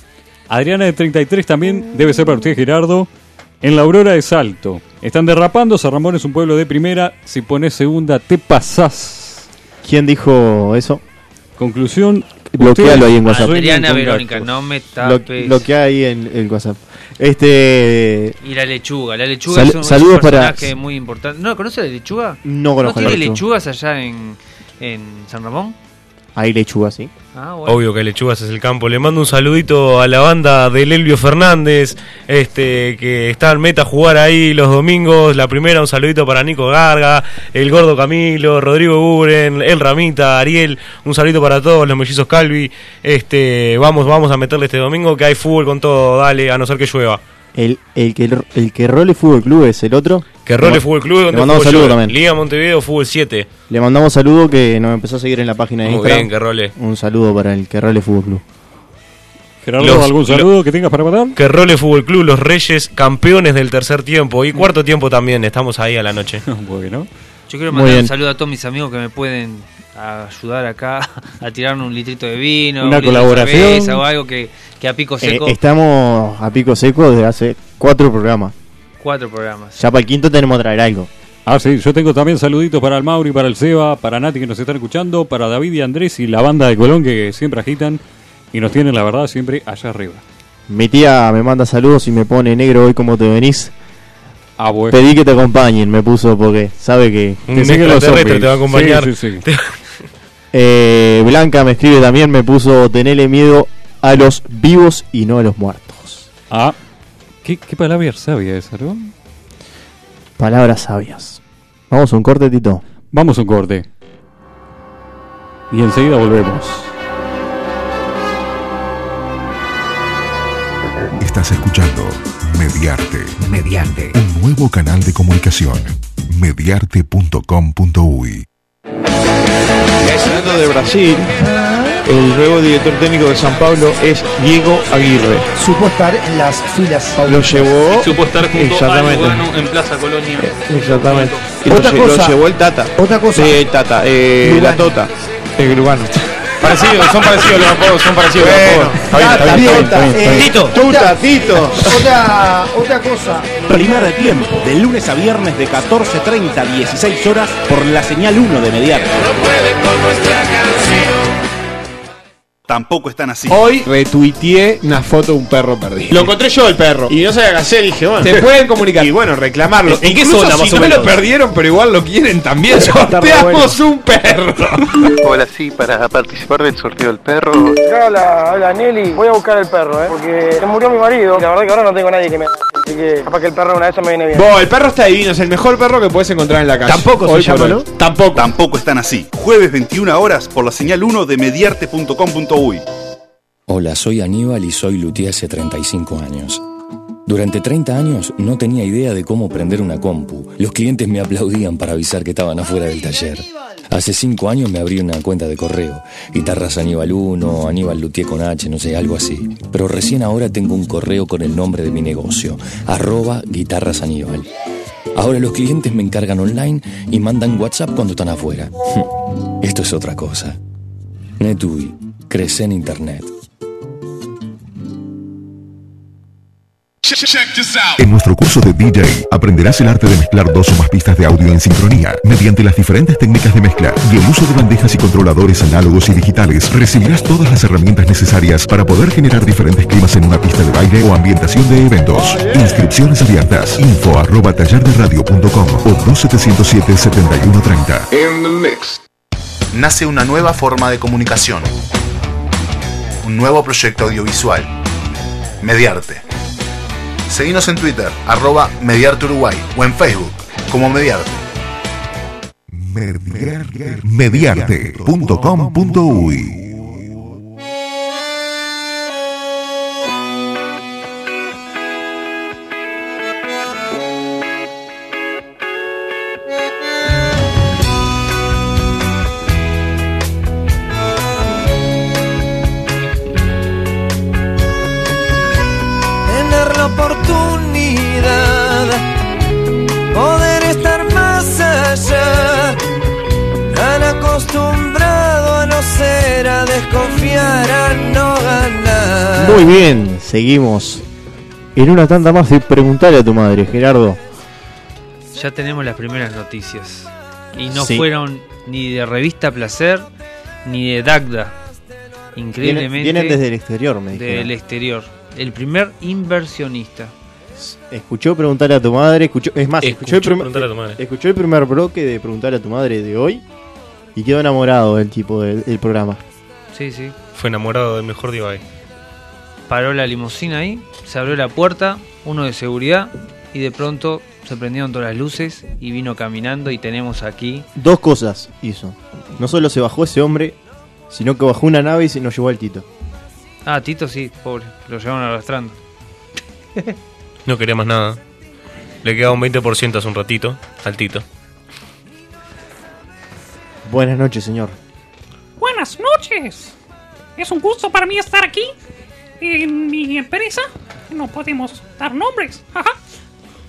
C: Adriana de 33 también debe ser para usted, Gerardo. En la Aurora de Salto. Están derrapando. San Ramón es un pueblo de primera. Si pones segunda, te pasás.
B: ¿Quién dijo eso?
C: Conclusión:
B: Bloquealo ahí en WhatsApp.
C: sueñan
E: Adriana
C: con
E: Verónica,
C: gatos.
E: no me
B: Lo,
E: tapes.
B: lo que hay en el WhatsApp. Este.
E: Y la lechuga, la lechuga
B: Sal-
E: es un, es un
B: saludos para-
E: personaje muy importante. ¿No conoce la lechuga?
B: No conozco
E: tiene
B: la lechuga.
E: lechugas allá en, en San Ramón?
B: Hay lechuga, sí.
E: Ah, bueno.
D: Obvio que Lechugas es el campo. Le mando un saludito a la banda del Elvio Fernández, este, que está en meta a jugar ahí los domingos. La primera, un saludito para Nico Garga, el Gordo Camilo, Rodrigo Buren, El Ramita, Ariel, un saludito para todos los mellizos Calvi. Este, vamos, vamos a meterle este domingo que hay fútbol con todo, dale, a no ser que llueva.
B: El, el, que, el que role Fútbol Club es el otro.
D: Que role
B: Le-
D: Fútbol Club,
B: Le
D: donde
B: mandamos
D: fútbol
B: saludo
D: llueve.
B: también.
D: Liga Montevideo, Fútbol 7.
B: Le mandamos saludo que nos empezó a seguir en la página de
D: Muy
B: Instagram.
D: bien, que role.
B: Un saludo para el que role Fútbol Club.
C: Gerardo,
D: Los-
C: ¿algún saludo que tengas para mandar?
D: Que role Fútbol Club, los Reyes, campeones del tercer tiempo y cuarto tiempo también. Estamos ahí a la noche.
C: bueno.
E: Yo quiero
B: Muy
E: mandar
B: bien.
E: un saludo a todos mis amigos que me pueden ayudar acá a tirarme un litrito de vino,
C: Una
E: un litro de
C: colaboración.
E: cerveza o algo que, que a pico seco.
B: Eh, estamos a pico seco desde hace cuatro programas.
E: Cuatro programas.
B: Ya para el quinto tenemos que traer algo.
C: Ah, sí, yo tengo también saluditos para el Mauri, para el Seba, para Nati que nos están escuchando, para David y Andrés y la banda de Colón que siempre agitan y nos tienen la verdad siempre allá arriba.
B: Mi tía me manda saludos y me pone negro hoy como te venís.
C: Ah, bueno.
B: Pedí que te acompañen, me puso porque sabe que...
D: Pues- Un
C: Te siguen los
D: extraterrestre
C: zombies.
D: te va a acompañar.
C: Sí, sí, sí.
D: Te-
B: Eh, Blanca me escribe también, me puso tenele miedo a los vivos y no a los muertos.
C: Ah, ¿qué, qué palabra sabia esa, ¿no?
B: Palabras sabias. Vamos a un corte, Tito.
C: Vamos a un corte. Y enseguida volvemos.
F: Estás escuchando Mediarte,
G: mediante.
F: un nuevo canal de comunicación. Mediarte.com.uy
H: Hablando de Brasil, el nuevo director técnico de San Pablo es Diego Aguirre.
G: Supo estar en las filas.
H: Lo llevó.
I: Supo estar junto a
H: Exactamente.
I: Lugano en Plaza Colonia.
B: Eh,
H: Exactamente. Y lo,
G: Otra
H: lle- lo
G: cosa.
H: llevó el Tata.
G: Otra cosa.
H: Sí, el Tata. eh,
G: Lugano.
H: la Tota. El Lugano.
J: Parecidos, son parecidos los apodos, son parecidos los apodos. Está bien,
G: Tata, Tota,
J: está bien, está bien, está
G: eh,
J: bien.
G: Otra- Otra, otra cosa.
K: Primer de tiempo, de lunes a viernes de 14.30 a 16 horas por la señal 1 de Mediarte.
L: Tampoco están así.
J: Hoy retuiteé una foto de un perro perdido.
H: Lo encontré yo el perro. Y no sabía qué hacer, dije, bueno.
J: Te pueden comunicar.
H: Y bueno, reclamarlo.
J: ¿En qué
H: Incluso
J: zona,
H: si
J: más o
H: no
J: menos?
H: lo perdieron, pero igual lo quieren también.
J: Sorteamos
H: Sorteamos un perro.
M: Hola, sí, para participar del sorteo del perro.
N: Hola, hola Nelly. Voy a buscar el perro, ¿eh? Porque se murió mi marido. y La verdad que ahora no tengo nadie que me... Así que capaz que el perro una vez me viene bien.
H: Bo, el perro está divino, es el mejor perro que puedes encontrar en la calle. Hoy por hoy.
L: Tampoco. Tampoco están así. Jueves 21 horas por la señal 1 de mediarte.com.uy.
O: Hola, soy Aníbal y soy luthier hace 35 años. Durante 30 años no tenía idea de cómo prender una compu. Los clientes me aplaudían para avisar que estaban afuera del taller. Hace 5 años me abrí una cuenta de correo. Guitarras Aníbal 1, Aníbal Luthier con H, no sé, algo así. Pero recién ahora tengo un correo con el nombre de mi negocio. Arroba Guitarras Aníbal. Ahora los clientes me encargan online y mandan WhatsApp cuando están afuera. Esto es otra cosa. NetUI. Crece en Internet.
F: En nuestro curso de DJ aprenderás el arte de mezclar dos o más pistas de audio en sincronía mediante las diferentes técnicas de mezcla y el uso de bandejas y controladores análogos y digitales. Recibirás todas las herramientas necesarias para poder generar diferentes climas en una pista de baile o ambientación de eventos. Inscripciones abiertas. Info arroba tallarderadio.com o 2707-7130.
P: Nace una nueva forma de comunicación. Un nuevo proyecto audiovisual. Mediarte. Seguinos en Twitter, arroba Mediarte Uruguay o en Facebook como Mediarte.
F: Mediarte.com.uy
Q: tener la oportunidad, poder estar más allá. Tan acostumbrado a no ser, a desconfiar, a no ganar.
B: Muy bien, seguimos. En una tanda más de preguntarle a tu madre, Gerardo.
E: Ya tenemos las primeras noticias. Y no
B: Sí.
E: fueron ni de revista Placer ni de Dagda. Increíblemente.
B: Vienen- vienen desde el exterior, me dijeron.
E: Del exterior. El primer inversionista.
B: Escuchó preguntarle a tu madre, escuchó, es más, escuchó, el
E: Escuchó
B: primer-
E: Preguntarle a tu madre.
D: eh,
B: escuchó el primer bloque de preguntarle a tu madre de hoy y quedó enamorado del tipo del, del programa.
E: Sí, sí.
D: eh. Fue enamorado del mejor Divay.
E: Paró la limusina ahí, se abrió la puerta, uno de seguridad y de pronto se prendieron todas las luces y vino caminando y tenemos aquí
B: Dos cosas hizo. No solo se bajó ese hombre, sino que bajó una nave y se nos llevó al Tito.
E: Ah, Tito sí, pobre, lo llevaron arrastrando.
D: No quería más nada. Le quedaba un 20% hace un ratito al Tito.
B: Buenas noches, señor.
R: Buenas noches. Es un gusto para mí estar aquí en mi empresa. No podemos dar nombres. Ajá.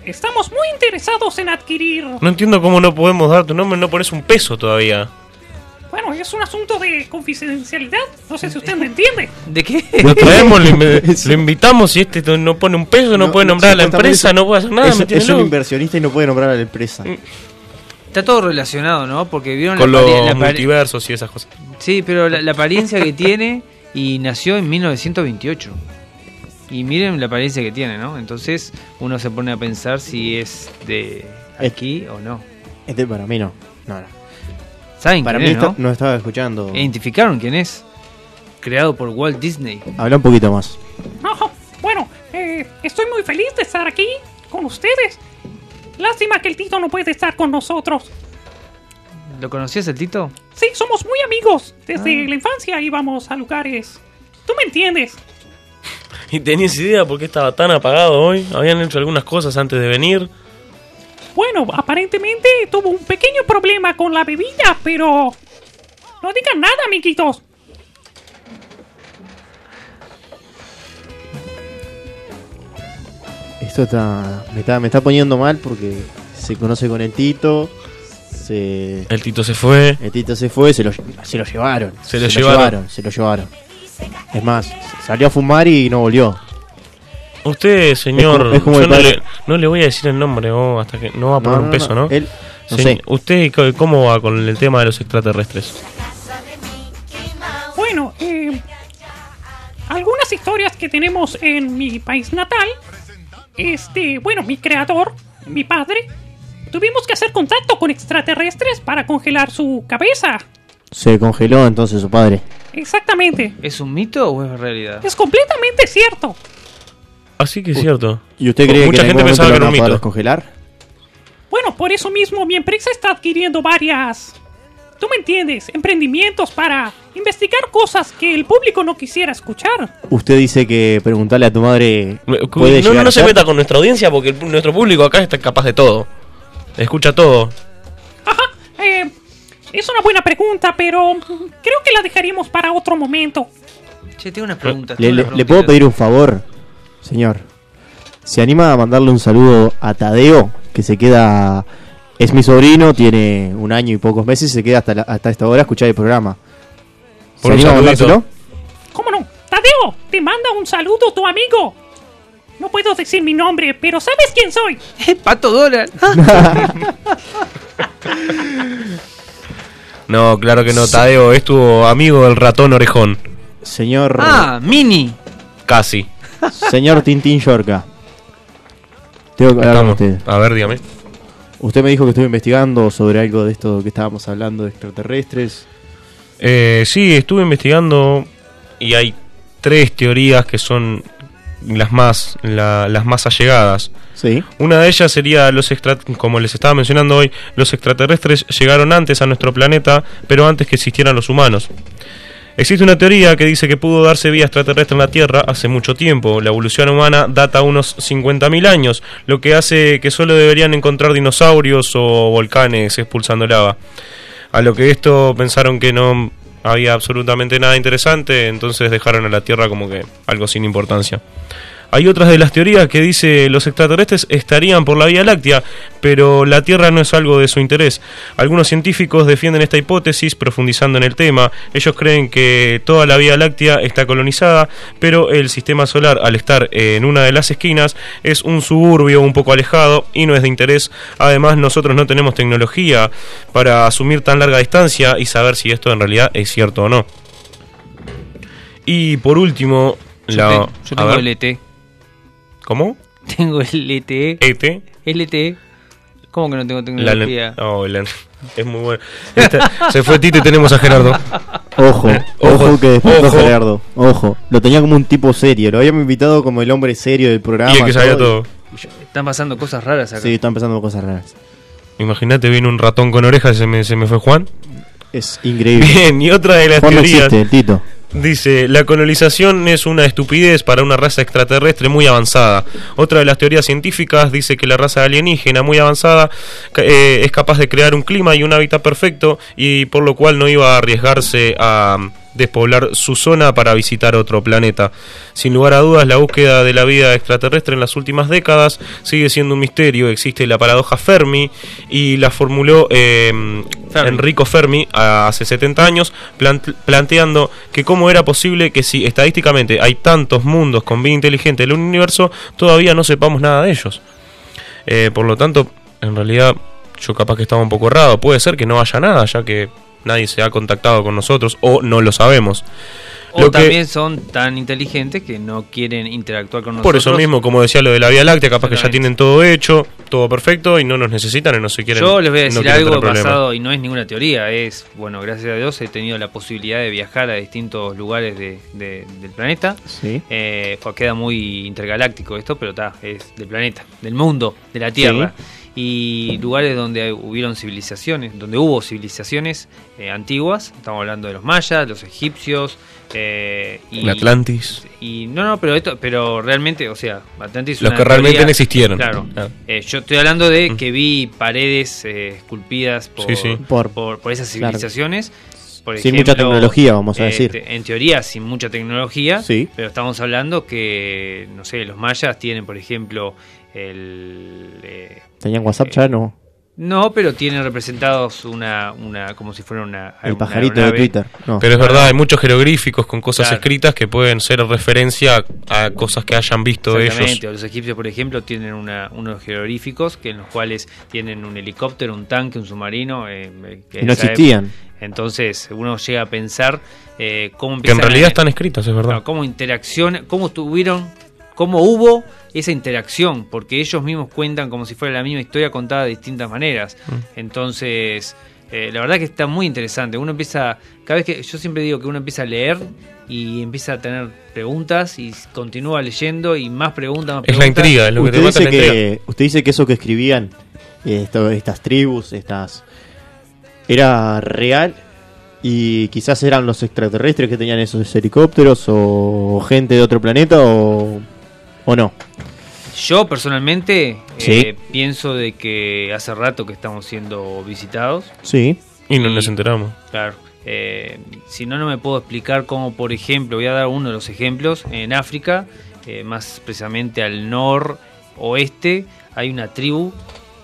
R: Estamos muy interesados en adquirir.
D: No entiendo cómo no podemos dar tu nombre, no pones un peso todavía.
R: Bueno, es un asunto de confidencialidad. No sé si usted me entiende.
E: ¿De qué?
D: Lo traemos, lo, inv- lo invitamos y este no pone un peso, no, puede nombrar a la
B: Exactamente,
D: empresa,
B: es-
D: no Mm. puede hacer nada.
B: es-
D: ¿me
B: es
D: entiendes?
B: un inversionista y no puede nombrar a la empresa.
E: Está todo relacionado, ¿no? Porque vieron
D: Con
E: la,
D: los
E: pare- la pare-
D: multiversos y esas cosas.
E: Sí, pero la, la apariencia que tiene y nació en 1928. Y miren la apariencia que tiene, ¿no? Entonces uno se pone a pensar si es de aquí o no.
B: Este para mí no. No, no.
E: ¿Saben
B: Para mí
E: quién es,
B: está-
E: no?
B: no estaba escuchando.
E: ¿Identificaron quién es? Creado por Walt Disney.
B: Habla un poquito más.
R: No, bueno, eh, estoy muy feliz de estar aquí con ustedes. Lástima que el Tito no puede estar con nosotros.
E: ¿Lo conocías el Tito?
R: Sí, somos muy amigos. Desde la infancia íbamos a lugares. Tú me entiendes.
D: ¿Y tenías idea por qué estaba tan apagado hoy? Habían hecho algunas cosas antes de venir.
R: Bueno, aparentemente tuvo un pequeño problema con la bebida, pero... No digan nada, amiguitos.
B: Esto está me, está. me está poniendo mal porque se conoce con el Tito. se-
D: El Tito se fue.
B: El Eh, Tito se fue, se lo, lle- se lo llevaron.
D: Se lo llevaron.
B: Se lo llevaron. Es más, salió a fumar y no volvió.
D: Usted, señor,
B: como- es como
D: yo
B: el
D: no,
B: padre-
D: le, no le voy a decir el nombre oh, hasta que no va a poner
B: No,
D: un
B: no,
D: peso,
B: no,
D: ¿no?
B: él- no
D: Señ-
B: sé.
D: ¿Usted co- cómo va con el tema de los extraterrestres?
R: Bueno, eh, algunas historias que tenemos en mi país natal. Este, bueno, mi creador, mi padre, tuvimos que hacer contacto con extraterrestres para congelar su cabeza.
B: Se congeló entonces su padre.
R: Exactamente.
E: ¿Es un mito o es realidad?
R: Es completamente cierto.
D: Así Ah, que es cierto.
B: ¿Y usted cree
D: Mucha
B: que en algún
D: gente
B: momento
D: pensaba que
B: lo
D: era
B: van
D: un
B: a poder
D: mito.
B: descongelar?
R: Bueno, por eso mismo mi empresa está adquiriendo varias... Tú me entiendes, emprendimientos para investigar cosas que el público no quisiera escuchar.
B: Usted dice que preguntarle a tu madre. ¿puede
D: No, no,
B: llegar a
D: se
B: ser?
D: meta con nuestra audiencia porque el- nuestro público acá está capaz de todo. Escucha todo.
R: Eh, es una buena pregunta, pero mm, creo que la dejaríamos para otro momento.
E: Che, tengo unas preguntas.
B: ¿Le,
E: tengo
B: le-
E: unas
B: le
E: preguntitas.
B: puedo pedir un favor, señor? ¿Se anima a mandarle un saludo a Tadeo? Que se queda. Es mi sobrino, tiene un año y pocos meses, se queda hasta, la- hasta esta hora a escuchar el programa. ¿Se
D: Por un
B: anima a
D: saludito.
B: mandárselo?
R: ¿Cómo no? Tadeo, te manda un saludo tu amigo. No puedo decir mi nombre, pero ¿sabes quién soy?
E: Pato Dólar.
D: No, claro que no. Tadeo es tu amigo el ratón orejón.
B: Señor.
E: Ah, Mini.
D: Casi.
B: Señor Tintín Yorca. Tengo que hablar con usted.
D: A ver, dígame.
B: Usted me dijo que estuve investigando sobre algo de esto que estábamos hablando de extraterrestres.
D: Eh, sí, estuve investigando y hay tres teorías que son las más la- las más allegadas.
B: Sí.
D: Una de ellas sería los extra- como les estaba mencionando hoy, los extraterrestres llegaron antes a nuestro planeta, pero antes que existieran los humanos. Existe una teoría que dice que pudo darse vida extraterrestre en la Tierra hace mucho tiempo. La evolución humana data unos 50.000 años, lo que hace que solo deberían encontrar dinosaurios o volcanes expulsando lava. A lo que esto pensaron que no había absolutamente nada interesante, entonces dejaron a la Tierra como que algo sin importancia. Hay otras de las teorías que dice los extraterrestres estarían por la Vía Láctea, pero la Tierra no es algo de su interés. Algunos científicos defienden esta hipótesis profundizando en el tema. Ellos creen que toda la Vía Láctea está colonizada, pero el sistema solar, al estar en una de las esquinas, es un suburbio un poco alejado y no es de interés. Además, nosotros no tenemos tecnología para asumir tan larga distancia y saber si esto en realidad es cierto o no. Y por último,
E: Yo,
D: la-
E: te- yo
D: a
E: tengo
D: ver.
E: el ET.
D: ¿Cómo?
E: Tengo E. el ET.
D: ¿ET?
E: LTE. E. ¿Cómo que no tengo
D: La le-
E: tecnología?
D: no, la- es muy bueno. Esta- se fue Tito y tenemos a Gerardo.
B: Ah, Ojo, ojo, que despertó
D: Eh, ojo.
B: Gerardo. Ojo, lo tenía como un tipo serio. Lo habíamos invitado como el hombre serio del programa.
D: Y el que sabía todo.
E: Están pasando cosas raras acá.
B: Sí, están pasando cosas raras.
D: Imagínate, viene un ratón con orejas y se me, se me fue Juan.
B: Es increíble.
D: Bien, y otra de las
B: Juan no
D: teorías.
B: existe, el Tito.
D: Dice, la colonización es una estupidez para una raza extraterrestre muy avanzada. Otra de las teorías científicas dice que la raza alienígena muy avanzada ca- eh, es capaz de crear un clima y un hábitat perfecto y por lo cual no iba a arriesgarse a mm, despoblar su zona para visitar otro planeta. Sin lugar a dudas, la búsqueda de la vida extraterrestre en las últimas décadas sigue siendo un misterio. Existe la paradoja Fermi y la formuló em, Enrico Fermi a- hace 70 años, plant- planteando que cómo era posible que si estadísticamente hay tantos mundos con vida inteligente en el universo, todavía no sepamos nada de ellos. Eh, por lo tanto, en realidad yo capaz que estaba un poco errado. Puede ser que no haya nada, ya que nadie se ha contactado con nosotros o no lo sabemos.
E: O
D: Lo que-
E: también son tan inteligentes que no quieren interactuar
D: por
E: con nosotros.
D: eso mismo, como decía lo de la Vía Láctea, capaz que ya tienen todo hecho, todo perfecto y no nos necesitan y no se quieren.
E: Yo les voy a
D: no
E: decir
D: quieren
E: algo
D: tener problemas.
E: basado, y no es ninguna teoría, es, bueno, gracias a Dios he tenido la posibilidad de viajar a distintos lugares de- de- del planeta.
B: Sí.
E: Eh, pues queda muy intergaláctico esto, pero está, es del planeta, del mundo, de la Tierra. Y lugares donde hubieron civilizaciones, donde hubo civilizaciones eh, antiguas, estamos hablando de los mayas, los egipcios, eh, y,
D: El Atlantis.
E: Y no, no, pero esto, pero realmente, o sea, Atlantis es
D: Los
E: una
D: que realmente
E: teoría-
D: no existieron.
E: Claro.
D: Ah. Mm.
E: Eh, yo estoy hablando de que vi paredes eh, esculpidas por,
D: Sí, sí.
E: Por,
B: Por-
E: por esas
B: claro.
E: civilizaciones. por
B: Sin mucha tecnología, vamos a
E: eh,
B: decir.
E: te- en teoría, sin mucha tecnología.
B: Sí.
E: Pero estamos hablando que, no sé, los mayas tienen, por ejemplo, el. eh,
B: ¿Tenían WhatsApp ya? No.
E: No, pero tiene representados una, una como si fuera una.
B: El
E: una
B: pajarito de
E: aeronave.
B: Twitter, no.
D: Pero es verdad, hay muchos jeroglíficos con cosas escritas que pueden ser referencia a, a cosas que hayan visto ellos.
E: Exactamente, o Los egipcios, por ejemplo, tienen una- unos jeroglíficos que en los cuales tienen un helicóptero, un tanque, un submarino. eh, eh, que
B: Y no
E: esa época-
B: existían.
E: Entonces uno llega a pensar eh, cómo
D: Que en
E: empiezan a-
D: realidad están escritos, es verdad.
E: Claro, cómo interaccion, cómo tuvieron, cómo hubo esa interacción, porque ellos mismos cuentan como si fuera la misma historia contada de distintas maneras. Entonces, eh, la verdad que está muy interesante. Uno empieza, cada vez que yo siempre digo que uno empieza a leer y empieza a tener preguntas y continúa leyendo y más preguntas, más preguntas.
B: usted dice que usted dice que eso que escribían eh, esto- estas tribus, estas era real y quizás eran los extraterrestres que tenían esos helicópteros o gente de otro planeta o o no.
E: Yo personalmente
B: Sí.
E: eh, pienso de que hace rato que estamos siendo visitados.
B: Sí.
D: Y no nos enteramos.
E: Claro. Eh, si no, no me puedo explicar cómo, por ejemplo, voy a dar uno de los ejemplos, en África, eh, más precisamente al noroeste, hay una tribu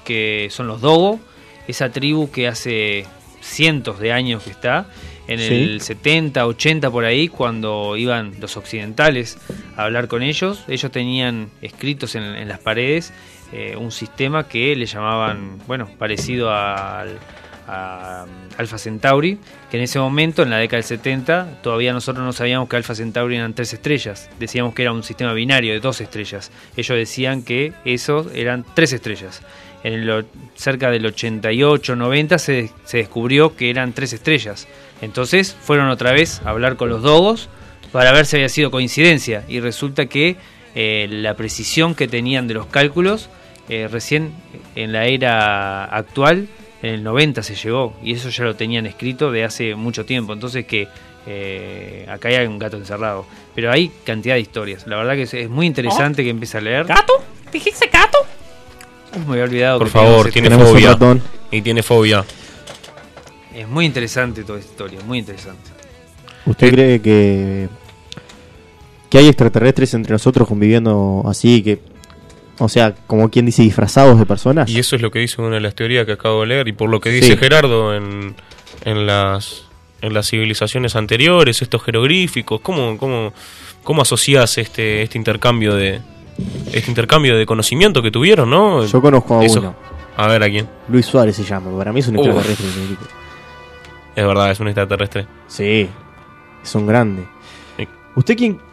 E: que son los Dogo, esa tribu que hace cientos de años que está, en
B: Sí.
E: el 70, 80 por ahí, cuando iban los occidentales a hablar con ellos, ellos tenían escritos en, en las paredes eh, un sistema que le llamaban, bueno, parecido al, a mm, Alpha Centauri, que en ese momento, en la década del 70, todavía nosotros no sabíamos que Alpha Centauri eran tres estrellas. Decíamos que era un sistema binario de dos estrellas. Ellos decían que esos eran tres estrellas. En el o- cerca del 88, 90 se, se descubrió que eran tres estrellas. Entonces fueron otra vez a hablar con los dogos para ver si había sido coincidencia. Y resulta que eh, la precisión que tenían de los cálculos eh, recién en la era actual, en el 90 se llegó, y eso ya lo tenían escrito de hace mucho tiempo, entonces que eh, acá hay un gato encerrado, pero hay cantidad de historias, la verdad que es, es muy interesante que empiece a leer.
R: ¿Gato? ¿Dijiste gato?
E: Uh, me había olvidado.
D: Por
E: que teníamos
D: favor,
E: este-
D: tiene
B: Tenemos un
D: fobia.
B: ratón.
D: Y tiene fobia.
E: Es muy interesante toda esta historia, muy interesante.
D: Eh.
B: ¿Usted cree que que hay extraterrestres entre nosotros conviviendo así que o sea, como quien dice disfrazados de personas?
D: Y eso es lo que dice una de las teorías que acabo de leer y por lo que
B: Ah. Sí.
D: dice Gerardo en, en las en las civilizaciones anteriores, estos jeroglíficos, ¿cómo, cómo, cómo asociás este, este intercambio de este intercambio de conocimiento que tuvieron, no?
B: Yo conozco a
D: Eso-
B: uno.
D: A ver a quién.
B: Luis Suárez se llama, para mí es un
D: Uf.
B: extraterrestre. señorita.
D: Es verdad, es un extraterrestre.
B: Sí, es un grande. ¿Usted quién?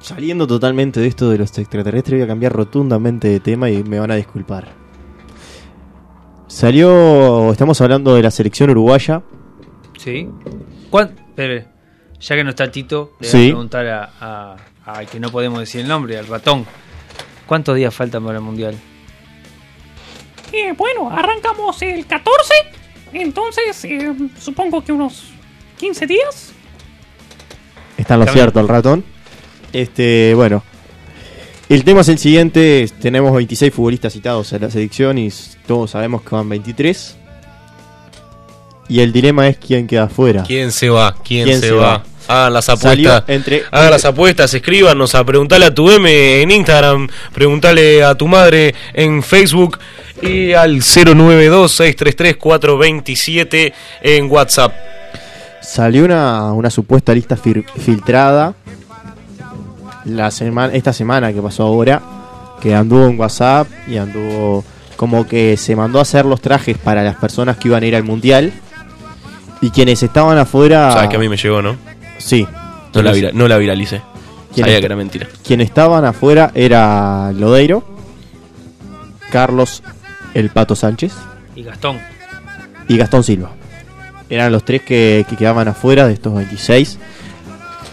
B: Saliendo totalmente de esto de los extraterrestres, voy a cambiar rotundamente de tema y me van a disculpar. Salió, estamos hablando de la selección uruguaya.
E: ¿Sí? ¿Cuán- pero, ya que no está Tito, le voy
B: Sí.
E: a preguntar a, a- al que no podemos decir el nombre, al ratón. ¿Cuántos días faltan para el Mundial?
R: Eh, bueno, arrancamos el 14, entonces eh, supongo que unos 15 días.
B: Está en lo cierto el ratón. Este, bueno. El tema es el siguiente, es- tenemos 26 futbolistas citados en la selección y s- todos sabemos que van 23. Y el dilema es quién queda afuera.
D: ¿Quién se va? ¿Quién,
B: ¿Quién
D: se,
B: se
D: va? Hagan las apuestas.
B: Salió entre-
D: Hagan las apuestas, escríbanos a preguntarle a tu M en Instagram, preguntale a tu madre en Facebook y al 092-633-427 en WhatsApp.
B: Salió una, una supuesta lista fir- filtrada la semana, esta semana que pasó ahora, que anduvo en WhatsApp y anduvo como que se mandó a hacer los trajes para las personas que iban a ir al mundial y quienes estaban afuera.
D: Sabes que a mí me llegó, Ah. ¿no?
B: Sí.
D: No la, vira- no la viralicé.
B: ¿Quién
D: Sabía
B: es?
D: que era mentira.
B: Quienes estaban afuera era Lodeiro, Carlos El Pato Sánchez
E: Y Gastón.
B: y Gastón Silva. Eran los tres que, que quedaban afuera de estos 26.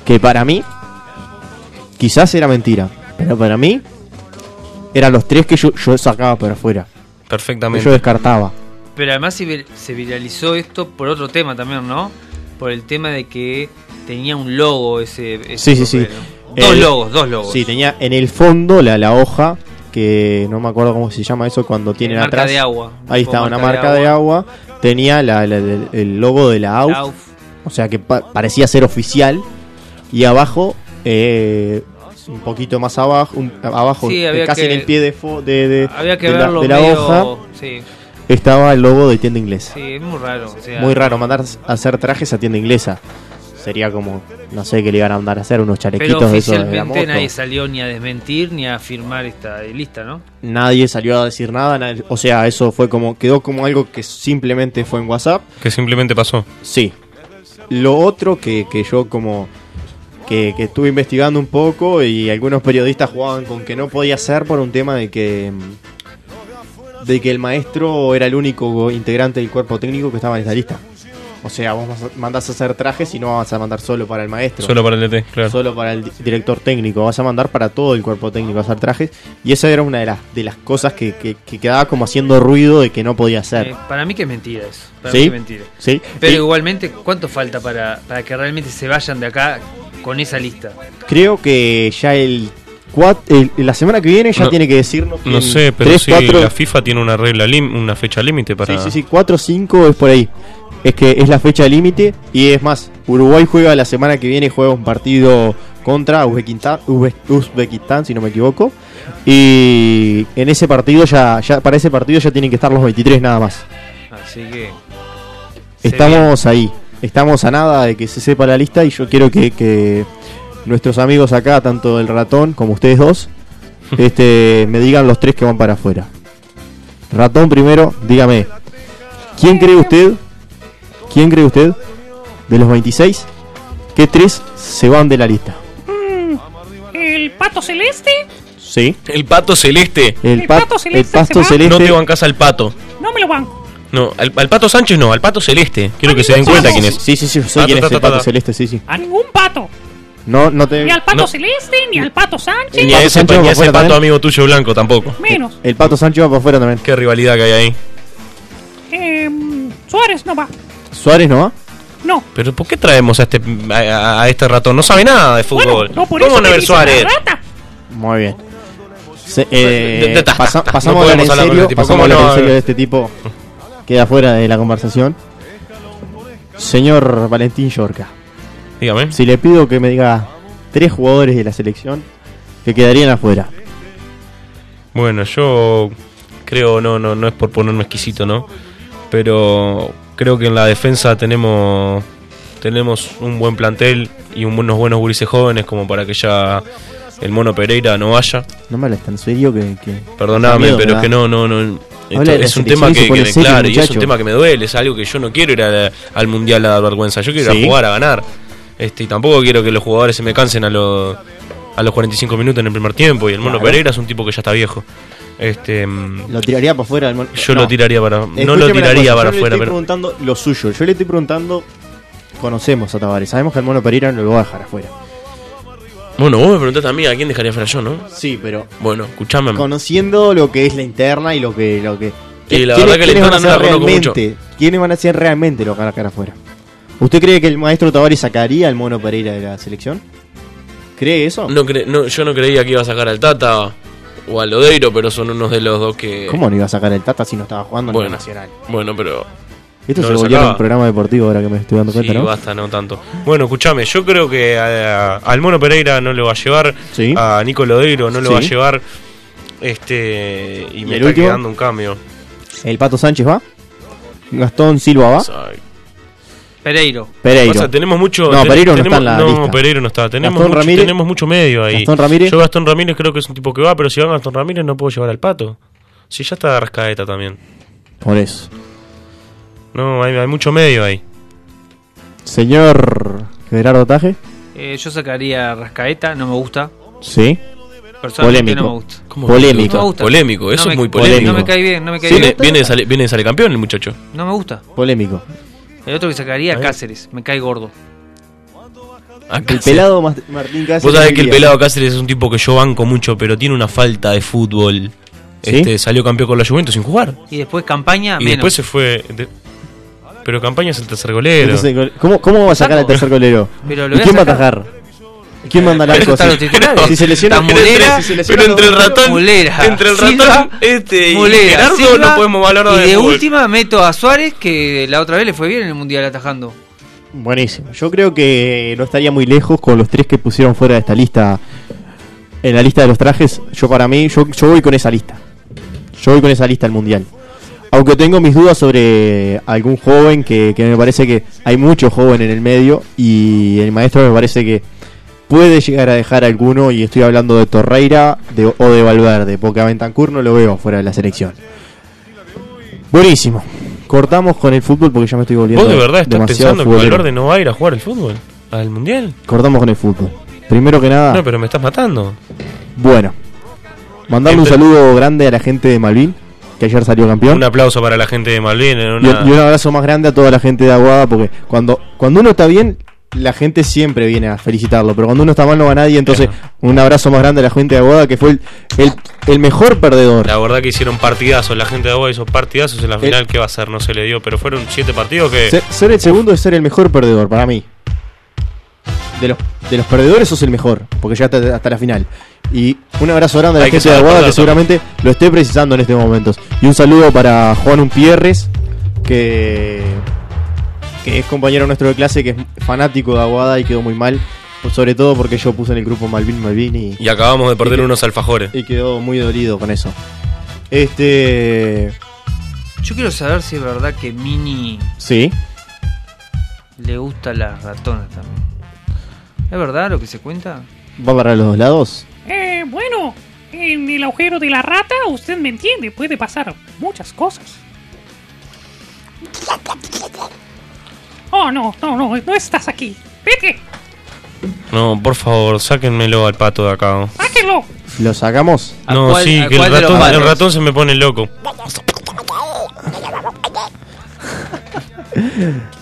B: Que para mí, quizás era mentira, pero para mí eran los tres que yo, yo sacaba para afuera.
D: Perfectamente.
B: Que yo descartaba.
E: Pero además se, vir- se viralizó esto por otro tema también, ¿no? Por el tema de que tenía un logo ese. ese
B: Sí, sí, sí.
E: papel, ¿no? Dos
B: El-
E: logos, dos logos.
B: Sí, tenía en el fondo la, la hoja, que no me acuerdo cómo se llama eso cuando tienen
E: Marca
B: atrás.
E: de agua.
B: Ahí
E: Tipo
B: estaba una
E: marca de
B: marca de agua. Tenía la- la- la- el logo de la AUF.
E: La AUF.
B: O sea que pa- parecía ser oficial. Y abajo, eh, un poquito más abajo, un- abajo
E: Sí,
B: eh,
E: había
B: casi
E: que-
B: en el pie de, fo- de, de-
E: Había que
B: de la,
E: verlo
B: de la
E: medio-
B: hoja.
E: sí.
B: estaba el logo de tienda inglesa.
E: Sí, es muy raro. o sea,
B: Muy raro mandar a hacer trajes a tienda inglesa. Sería como, no sé qué le iban a mandar a hacer, unos
E: Pero
B: chalequitos de esos de la
E: oficialmente
B: moto.
E: nadie salió ni a desmentir ni a firmar esta lista, ¿no?
B: Nadie salió a decir nada, nadie- o sea, eso fue como, quedó como algo que simplemente fue en WhatsApp.
D: Que simplemente pasó.
B: Sí. Lo otro que, que yo como que, que estuve investigando un poco y algunos periodistas jugaban con que no podía ser por un tema de que mm, de que el maestro era el único integrante del cuerpo técnico que estaba en esa lista. O sea, vos mas- mandás a hacer trajes y no vas a mandar solo para el maestro.
D: Solo para el DT, claro.
B: Solo para el di- director técnico. Vas a mandar para todo el cuerpo técnico a hacer trajes. Y esa era una de las, de las cosas que, que- que quedaba como haciendo ruido de que no podía hacer.
E: Eh, para mí que es mentira eso. Para
B: Sí,
E: mí que es mentira.
B: sí.
E: Pero
B: Y-
E: igualmente, ¿cuánto falta para, para que realmente se vayan de acá con esa lista?
B: Creo que ya el, cuat- el- la semana que viene ya
D: No-
B: tiene que decirnos.
D: No
B: quién-
D: sé, pero
B: tres,
D: sí,
B: cuatro-
D: la FIFA tiene una regla lim- una fecha límite para.
B: Sí, sí, sí, 4 5 es por ahí. Es que es la fecha límite y es más, Uruguay juega la semana que viene, juega un partido contra Uzbekistán, Uzbe- Uzbekistán, si no me equivoco. Y en ese partido ya, ya para ese partido ya tienen que estar los 23 nada más.
E: Así que. se
B: Estamos ahí, estamos a nada de que se sepa la lista y yo quiero que, que nuestros amigos acá, tanto el ratón como ustedes dos, este, me digan los tres que van para afuera. Ratón primero, dígame, ¿quién cree usted? ¿Quién cree usted de los 26? ¿Qué tres se van de la lista?
R: Mm, el pato celeste
B: Sí.
D: El pato celeste.
B: El, pa-
R: pato celeste
B: el pasto
R: se va.
B: celeste.
D: No te bancas al pato.
R: no me lo banco.
D: No, al, al pato Sánchez no, al pato celeste. Quiero
R: Ah,
D: que se den cuenta quién es.
B: Sí, sí, sí, yo sé
D: Ah,
B: quién
D: ta,
B: es
D: ta,
B: el
D: ta,
B: pato
D: ta.
B: celeste, sí, sí.
D: Ah.
R: A ningún pato.
B: No, no te.
R: Ni al pato
B: no.
R: celeste, ni al pato Sánchez.
D: Eh, Ni a ese,
B: Sánchez
D: pa- ni
B: va
D: a ese
B: afuera
D: pato
B: también.
D: amigo tuyo blanco tampoco.
R: Menos.
B: El pato Sánchez va para afuera también.
D: Qué rivalidad que hay ahí.
R: Em, Suárez no va.
B: Suárez no va.
R: No.
D: Pero ¿por qué traemos a este, a, a este ratón? No sabe nada de fútbol.
R: No, por
D: ¿Cómo
R: eso te
D: Never
R: dicen la
D: Suárez?
R: rata.
B: Muy bien. Se- eh,
D: De- de- ta, ta,
B: pasa-
D: ta.
B: pasamos
D: No
B: a hablar en
D: podemos hablar con
B: serio,
D: este tipo.
B: pasamos a
D: ¿Cómo
B: hablar en
D: no?
B: serio de este tipo. Queda fuera de la conversación. Señor Valentín Yorca.
D: Dígame.
B: Si le pido que me diga tres jugadores de la selección que quedarían afuera.
D: Bueno, yo creo, no, no, no es por ponerme exquisito, ¿no? Pero creo que en la defensa tenemos tenemos un buen plantel y un- unos buenos gurises jóvenes como para que ya el mono Pereira no vaya.
B: No me hables tan serio que. que
D: Perdoname,
B: miedo me
D: pero
B: da.
D: es que no, no, no.
B: Habla
D: Esto
B: de la
D: es un
B: selección
D: tema
B: y se
D: que,
B: pone
D: que-
B: serio,
D: claro, y es un
B: muchacho.
D: tema que me duele, es algo que yo no quiero ir a- al mundial a dar vergüenza, yo quiero ir
B: Sí.
D: a jugar, a ganar. Este, y tampoco quiero que los jugadores se me cansen a los a los 45 minutos en el primer tiempo y el mono
B: Claro.
D: Pereira es un tipo que ya está viejo. Este mm,
B: Lo tiraría para afuera. Yo
D: yo lo tiraría para. No lo tiraría para
B: Yo
D: afuera,
B: le
D: pero.
B: estoy preguntando lo suyo. Yo le estoy preguntando. Conocemos a Tavares. Sabemos que el mono Pereira no lo va a dejar afuera.
D: Bueno, vos me preguntaste a mí a quién dejaría fuera yo, ¿no?
B: Sí, pero.
D: Bueno, escuchame.
B: Conociendo lo que es la interna y lo que. Lo que
D: Y la
B: ¿quiénes-
D: verdad que la
B: quiénes van
D: interna
B: a
D: no la
B: ser
D: conozco
B: realmente? ¿Quiénes van a ser realmente los que van a quedar afuera? ¿Usted cree que el maestro Tavares sacaría al mono Pereira de la selección? ¿Cree eso?
D: No cre- no, yo no creía que iba a sacar al Tata o al Odeiro, pero son unos de los dos que.
B: ¿Cómo no iba a sacar el Tata si no estaba jugando en
D: Bueno,
B: el Nacional?
D: bueno, pero.
B: Esto
D: no
B: se
D: lo
B: volvió
D: sacaba.
B: un programa deportivo ahora que me estoy dando
D: Sí,
B: cuenta, ¿no?
D: basta, no tanto. Bueno, escúchame, yo creo que a- a- al Mono Pereira no lo va a llevar, a Nico Lodeiro no lo
B: Sí.
D: va a llevar, este y
B: el
D: me está
B: último?
D: quedando un cambio.
B: ¿El Pato Sánchez va? ¿Gastón Silva va?
E: Pereiro.
B: ¿Ah? Pereiro.
D: O sea, tenemos mucho.
B: No,
D: ten-
B: Pereiro no
D: tenemos-
B: está en la
D: no,
B: lista.
D: Pereiro no está. Tenemos
B: Gastón
D: mucho,
B: Ramírez.
D: tenemos mucho medio ahí.
B: Gastón Ramírez.
D: Yo Gastón Ramírez creo que es un tipo que va, pero si va Gastón Ramírez no puedo llevar al pato. Si ya está Rascaeta también.
B: Por eso.
D: No, hay, hay mucho medio ahí.
B: Señor Gerardo Taje.
E: Eh, yo sacaría a Rascaeta, no me gusta.
B: Sí.
E: Personalmente
B: Polémico.
E: no me gusta.
B: ¿Cómo no te Polémico. gusta?
E: No me gusta.
D: Polémico, eso
E: No me-
D: es muy
E: no-
D: polémico.
E: No me cae bien, no me cae
D: Viene-
E: bien.
D: Viene, de sale, viene de sale campeón el muchacho.
E: No me gusta.
B: Polémico.
E: El otro que sacaría, Cáceres, me cae gordo.
B: El pelado Mas- Martín Cáceres.
D: Vos sabés que el
B: diría.
D: pelado Cáceres es un tipo que yo banco mucho, pero tiene una falta de fútbol.
B: ¿Sí?
D: Este, salió campeón con la Juventus sin jugar.
E: Y después
D: y
E: campaña, Ah, menos.
D: después se fue. de- Pero campaña es el tercer golero.
B: Entonces, ¿Cómo, ¿Cómo va a sacar al tercer golero?
E: Pero lo
B: ¿Y
E: voy a
B: quién va a
E: sacar.
B: atajar? ¿Y quién manda al
D: Pero
B: arco?
D: están
B: Si-
D: los titulares.
B: Si se lesiona
D: Pero entre-
B: si se lesiona
D: pero entre el
B: los-
D: ratón,
E: Mulera,
D: entre el ratón,
E: Silva,
D: este y
E: Mulera,
D: Gerardo
E: Silva,
D: no podemos hablar nada
E: Y
D: de
E: de
D: fútbol.
E: última meto a Suárez, que la otra vez le fue bien en el Mundial atajando.
B: Buenísimo. Yo creo que no estaría muy lejos con los tres que pusieron fuera de esta lista. En la lista de los trajes, yo para mí, yo, yo voy con esa lista. Yo voy con esa lista al mundial. Aunque tengo mis dudas sobre algún joven que, que me parece que hay mucho joven en el medio y el maestro me parece que puede llegar a dejar alguno y estoy hablando de Torreira de, o de Valverde, porque a Bentancur no lo veo fuera de la selección. Buenísimo. Cortamos con el fútbol porque ya me estoy volviendo
D: ¿Vos de verdad estás
B: demasiado
D: pensando que
B: futbolero.
D: Valverde no va a ir a jugar al fútbol? ¿Al mundial?
B: Cortamos con el fútbol. Primero que nada,
D: No, pero me estás matando.
B: bueno. Mandarle un saludo grande a la gente de Malvin, que ayer salió campeón.
D: Un aplauso para la gente de Malvin. en
B: Y,
D: una-
B: y un abrazo más grande a toda la gente de Aguada, porque cuando, cuando uno está bien, la gente siempre viene a felicitarlo, pero cuando uno está mal no va nadie, entonces un abrazo más grande a la gente de Aguada, que fue el, el- el mejor perdedor.
D: La verdad que hicieron partidazos. La gente de Agua hizo partidazos en
B: Eh.
D: la final. ¿Qué va a ser? No se le dio. Pero fueron siete partidos que.
B: Se- ser el segundo es ser el mejor perdedor para mí. De los, de los perdedores sos el mejor, porque ya hasta, hasta la final. Y un abrazo grande a la
D: Hay que
B: gente de
D: saber
B: Aguada que
D: perder
B: seguramente lo esté precisando en este momento. Y un saludo para Juan Umpierres, que, que es compañero nuestro de clase, que es fanático de Aguada y quedó muy mal. Sobre todo porque yo puse en el grupo Malvin Malvin y,
D: Y acabamos de perder
B: Y que-
D: unos alfajores.
B: y quedó muy dolido con eso. Este.
E: Yo quiero saber si es verdad que Mini
B: Sí.
E: le gusta las ratonas también. ¿Es verdad lo que se cuenta?
B: ¿Va para los dos lados?
R: Eh, bueno, en el agujero de la rata, usted me entiende, puede pasar muchas cosas. Oh, no, no, no, no estás aquí. Vete,
D: No, por favor, sáquenmelo al pato de acá.
R: sáquelo.
B: ¿Lo sacamos?
D: No, sí, que el ratón, el ratón se me pone loco.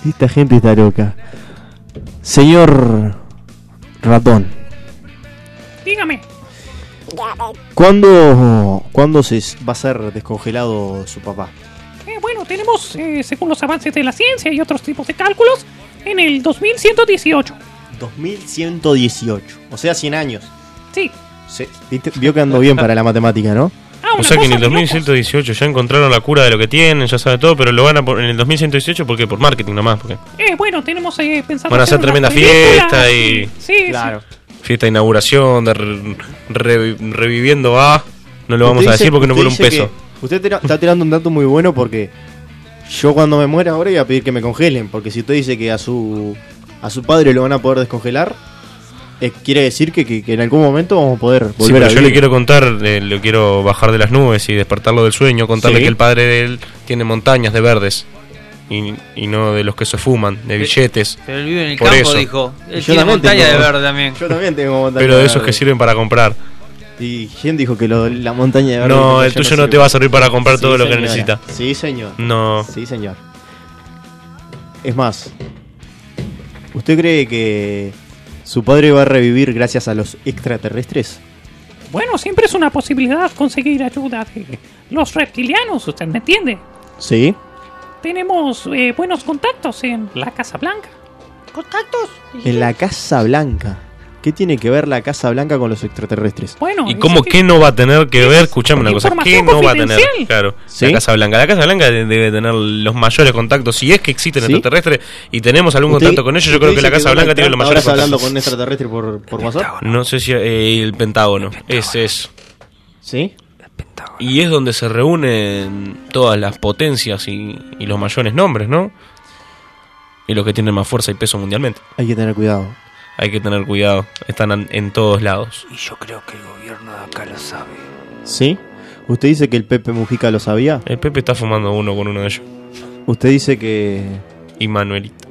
B: Esta gente está loca. Señor Ratón,
R: Dígame.
B: ¿cuándo, ¿cuándo se s- va a ser descongelado su papá?
R: Eh, bueno, tenemos, eh, según los avances de la ciencia y otros tipos de cálculos, en el 2118.
B: 2118, o sea, 100 años.
R: Sí.
B: ¿Viste? Vio que ando bien para la matemática, ¿no?
R: ah,
D: O sea que en el 2118 ya encontraron la cura de lo que tienen, ya sabe todo, pero lo van a por- en el 2118 porque por marketing nomás, porque
R: Eh, bueno, tenemos eh, pensado.
D: van a hacer
R: una
D: tremenda
R: película.
D: fiesta y
R: Sí, claro.
D: fiesta de inauguración de re- revi- reviviendo a no lo vamos
B: Usted
D: a
B: dice-
D: decir porque no
B: usted
D: por un
B: dice
D: peso.
B: que- usted tira- está tirando un dato muy bueno porque yo cuando me muera ahora voy a pedir que me congelen. Porque si usted dice que a su, a su padre lo van a poder descongelar, eh, quiere decir que, que- que en algún momento vamos a poder
D: Sí,
B: volver
D: pero
B: a
D: yo
B: vivir.
D: le quiero contar, eh, lo quiero bajar de las nubes y despertarlo del sueño, contarle
B: Sí.
D: que el padre de él tiene montañas de verdes y, y no de los que se fuman,
B: Eh,
D: de billetes.
E: Pero él vive en el
D: Por
E: campo,
D: eso.
E: dijo. Él
B: Yo
E: tiene
B: también
E: montaña
B: tengo-
E: de verde también.
B: Yo también tengo montaña
D: Pero de
B: de
D: esos que
B: verde.
D: sirven para comprar.
B: ¿Y quién dijo que lo- la montaña de verde?
D: No,
B: que
D: el
B: yo
D: tuyo no
B: sirve?
D: te va a servir para comprar
B: Sí,
D: todo lo que
B: señora.
D: necesita.
B: Sí, señor.
D: No.
B: Sí, señor. Es más, ¿usted cree que su padre va a revivir gracias a los extraterrestres?
R: Bueno, siempre es una posibilidad conseguir ayuda de los reptilianos, usted me entiende.
B: Sí.
R: Tenemos eh, buenos contactos en la Casa Blanca. ¿Contactos?
B: En la Casa Blanca. ¿Qué tiene que ver la Casa Blanca con los extraterrestres?
R: Bueno,
D: ¿Y cómo que no va a tener que ver? Escuchame una cosa. ¿Qué
R: información
D: no va a tener?
R: confidencial.
D: Claro. La Casa Blanca. La Casa Blanca de- debe tener los mayores contactos. Si es que existen
B: ¿Sí?
D: extraterrestres y tenemos algún
B: ¿Usted-
D: contacto con ellos, yo
B: usted
D: creo que la
B: dice
D: Casa
B: Donald
D: Blanca tiene los
B: Trump
D: mayores
B: Ahora está hablando
D: contactos.
B: con un extraterrestre por, por WhatsApp.
D: No sé si eh, el Pentágono. Es, es.
B: ¿Sí?
D: Y es donde se reúnen todas las potencias y, y los mayores nombres, ¿no? Y los que tienen más fuerza y peso mundialmente.
B: Hay que tener cuidado.
D: Hay que tener cuidado. Están an- en todos lados.
E: Y yo creo que el gobierno de acá lo sabe.
B: ¿Sí? ¿Usted dice que el Pepe Mujica lo sabía?
D: El Pepe está fumando uno con uno de ellos.
B: ¿Usted dice que,
D: Y Manuelito.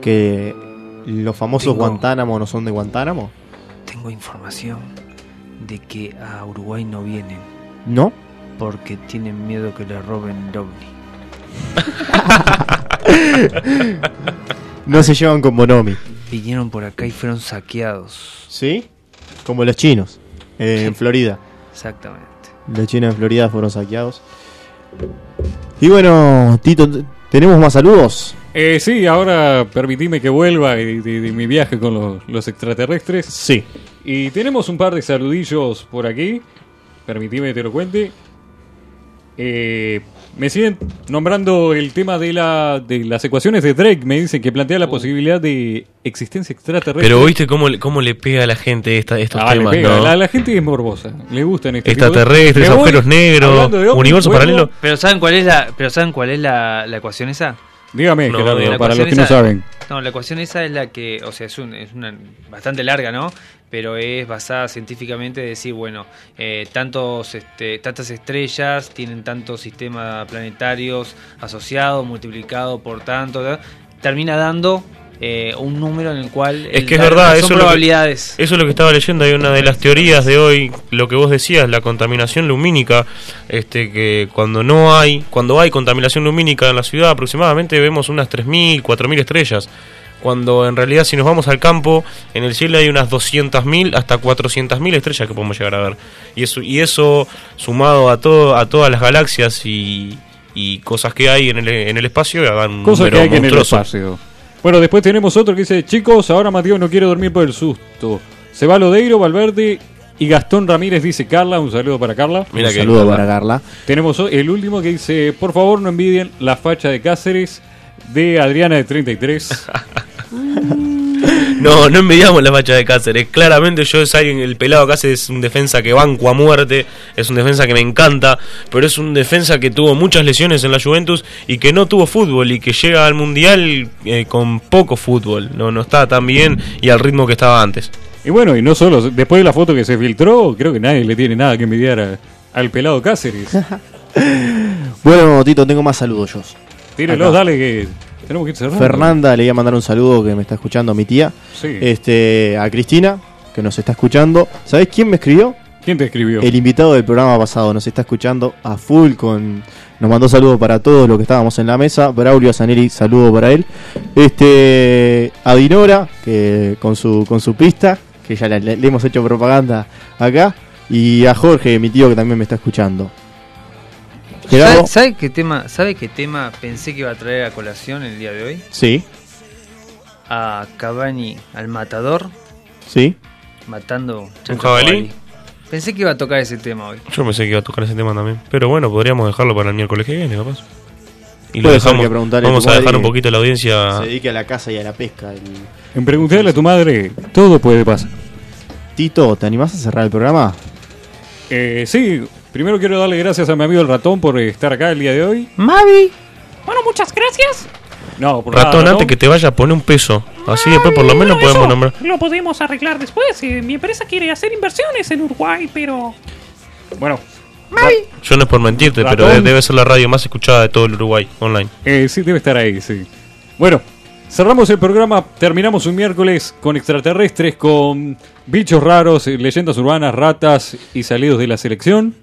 B: que los famosos
E: Tengo-
B: Guantánamo no son de Guantánamo?
E: Tengo información de que a Uruguay no vienen
B: ¿No?
E: porque tienen miedo que le roben el ovni.
B: No se llevan con Bonomi.
E: Vinieron por acá y fueron saqueados.
B: ¿Sí? Como los chinos. eh, en Florida.
E: Exactamente.
B: Los chinos en Florida fueron saqueados. Y bueno, Tito, ¿tenemos más saludos?
C: Eh, sí, ahora permitime que vuelva de, de- de mi viaje con los, los extraterrestres.
B: Sí.
C: Y tenemos un par de saludillos por aquí. Permitime que te lo cuente. Eh, Me siguen nombrando el tema de, la, de las ecuaciones de Drake. Me dicen que plantea la posibilidad de existencia extraterrestre.
D: Pero viste cómo, le- cómo le pega a la gente esta, estos
C: Pues Ah, le
D: temas,
C: pega.
D: ¿no?
C: la, la gente es morbosa. Le gustan este tipo de-
D: Extraterrestres,
C: Me voy
D: agujeros negros,
C: hablando de ovnis,
D: universo
C: vuelvo-
D: paralelo.
E: Pero ¿saben cuál es la, pero ¿saben cuál es la, la ecuación esa?
C: Dígame,
D: No,
C: Gerardo,
D: digo,
C: para los
E: ecuación
C: que no
E: esa-
C: saben.
E: No, la ecuación esa es la que, o sea, es, un- es una bastante larga, ¿no? Pero es basada científicamente de decir, bueno, eh, tantos, este, tantas estrellas tienen tantos sistemas planetarios asociados, multiplicados por tanto, ¿verdad? termina dando eh, un número en el cual
D: Es
E: el
D: que es
E: dar-
D: verdad,
E: son
D: eso es, lo que,
E: probabilidades.
D: eso es lo que estaba leyendo. Hay una de las teorías de hoy, lo que vos decías, la contaminación lumínica. Este, que cuando no hay, cuando hay contaminación lumínica en la ciudad, aproximadamente vemos unas 3.000, 4.000 estrellas. Cuando en realidad, si nos vamos al campo, en el cielo hay unas 200.000 hasta 400.000 estrellas que podemos llegar a ver. Y eso, y eso sumado a, todo, a todas las galaxias y, y cosas que hay en el, en el espacio, dan un
C: Cosas que
D: número
C: hay que en el
D: monstruoso.
C: espacio. Bueno, después tenemos otro que dice, chicos, ahora Mateo no quiere dormir por el susto. Se va Lodeiro, Valverde y Gastón Ramírez, dice Carla. Un saludo para Carla.
B: Mira Un que- saludo para Carla.
C: Tenemos o- el último que dice, por favor no envidien la facha de Cáceres de Adriana de 33.
D: No, no envidiamos la facha de Cáceres. Claramente yo es alguien, el pelado Cáceres es un defensa que banco a muerte, es un defensa que me encanta, pero es un defensa que tuvo muchas lesiones en la Juventus y que no tuvo fútbol y que llega al Mundial eh, con poco fútbol. No, no está tan bien y al ritmo que estaba antes.
C: y bueno, y no solo, después de la foto que se filtró, creo que nadie le tiene nada que envidiar a- al pelado Cáceres.
B: Bueno, Tito, tengo más saludos yo.
C: Tírelos,
B: Acá.
C: dale que tenemos que ir cerrando.
B: Fernanda, le voy a mandar un saludo que me está escuchando mi tía.
C: Sí.
B: Este, a Cristina, que nos está escuchando. ¿Sabés quién me escribió?
C: ¿Quién te escribió?
B: El invitado del programa pasado nos está escuchando a full con. Nos mandó saludos para todos los que estábamos en la mesa. Braulio Zanelli, saludo para él. Este. A Dinora, que con su, con su pista, que ya le, le- le hemos hecho propaganda acá. Y a Jorge, mi tío, que también me está escuchando. Gerardo.
E: ¿Sabe, sabe qué tema, ¿Sabe qué tema pensé que iba a traer a colación el día de hoy?
B: Sí,
E: A Cavani, al matador,
B: sí.
E: matando
D: ¿Un jabalí?
E: Pensé que iba a tocar ese tema hoy.
D: Yo pensé que iba a tocar ese tema también. Pero bueno, podríamos dejarlo para el miércoles que viene, capaz. Y lo
C: Puede ser
D: dejamos.
C: que preguntarle a
D: Vamos
C: tu
D: a
C: madre
D: dejar un
C: que
D: poquito a la audiencia.
B: Se dedica a la caza y a la pesca. el-
C: En preguntarle a tu madre, todo puede pasar.
B: Tito, ¿te animás a cerrar el programa?
C: Eh, sí, primero quiero darle gracias a mi amigo el ratón por estar acá el día de hoy.
R: Mavi. Bueno, muchas gracias.
C: No, por nada,
D: Ratón, antes que te vaya, pone un peso. Así después por lo menos
R: No,
D: podemos
R: eso
D: nombrar.
R: Lo podemos arreglar después. eh, mi empresa quiere hacer inversiones en Uruguay, pero.
C: Bueno.
D: Yo no es por mentirte, pero
C: Ratón.
D: de- debe ser la radio más escuchada de todo el Uruguay online.
C: Eh, sí, debe estar ahí, sí. Bueno, cerramos el programa, terminamos un miércoles con extraterrestres, con bichos raros, eh, leyendas urbanas, ratas y salidos de la selección.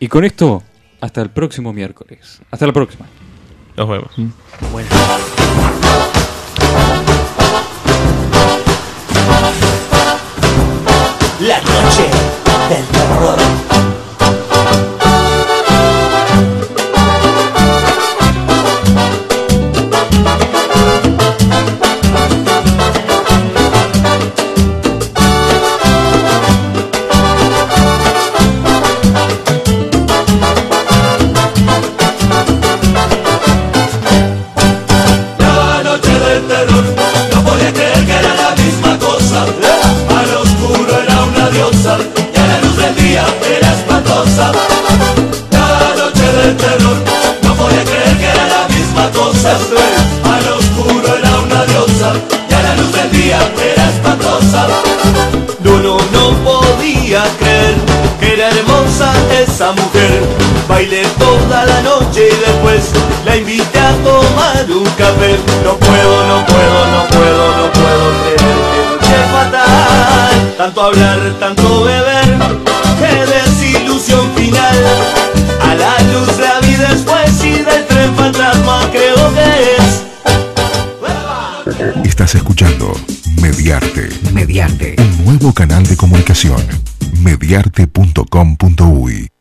C: Y con esto, hasta el próximo miércoles. Hasta la próxima.
D: Nos vemos.
Q: La noche del terror. La noche del terror, no podía creer que era la misma cosa. Al oscuro era una diosa y a la luz del día era espantosa. La noche del terror, no podía creer que era la misma cosa. Al oscuro era una diosa y a la luz del día era espantosa. Nuno no podía creer que era hermosa esa mujer. Bailé toda la noche y después la invité a tomar un café. No puedo, no puedo, no puedo, no puedo creer que noche fatal. Tanto hablar, tanto beber, qué desilusión final. A la luz de la vida después y del tren fantasma creo que es.
F: Estás escuchando Mediarte. Mediarte. Un nuevo canal de comunicación. Mediarte.com.uy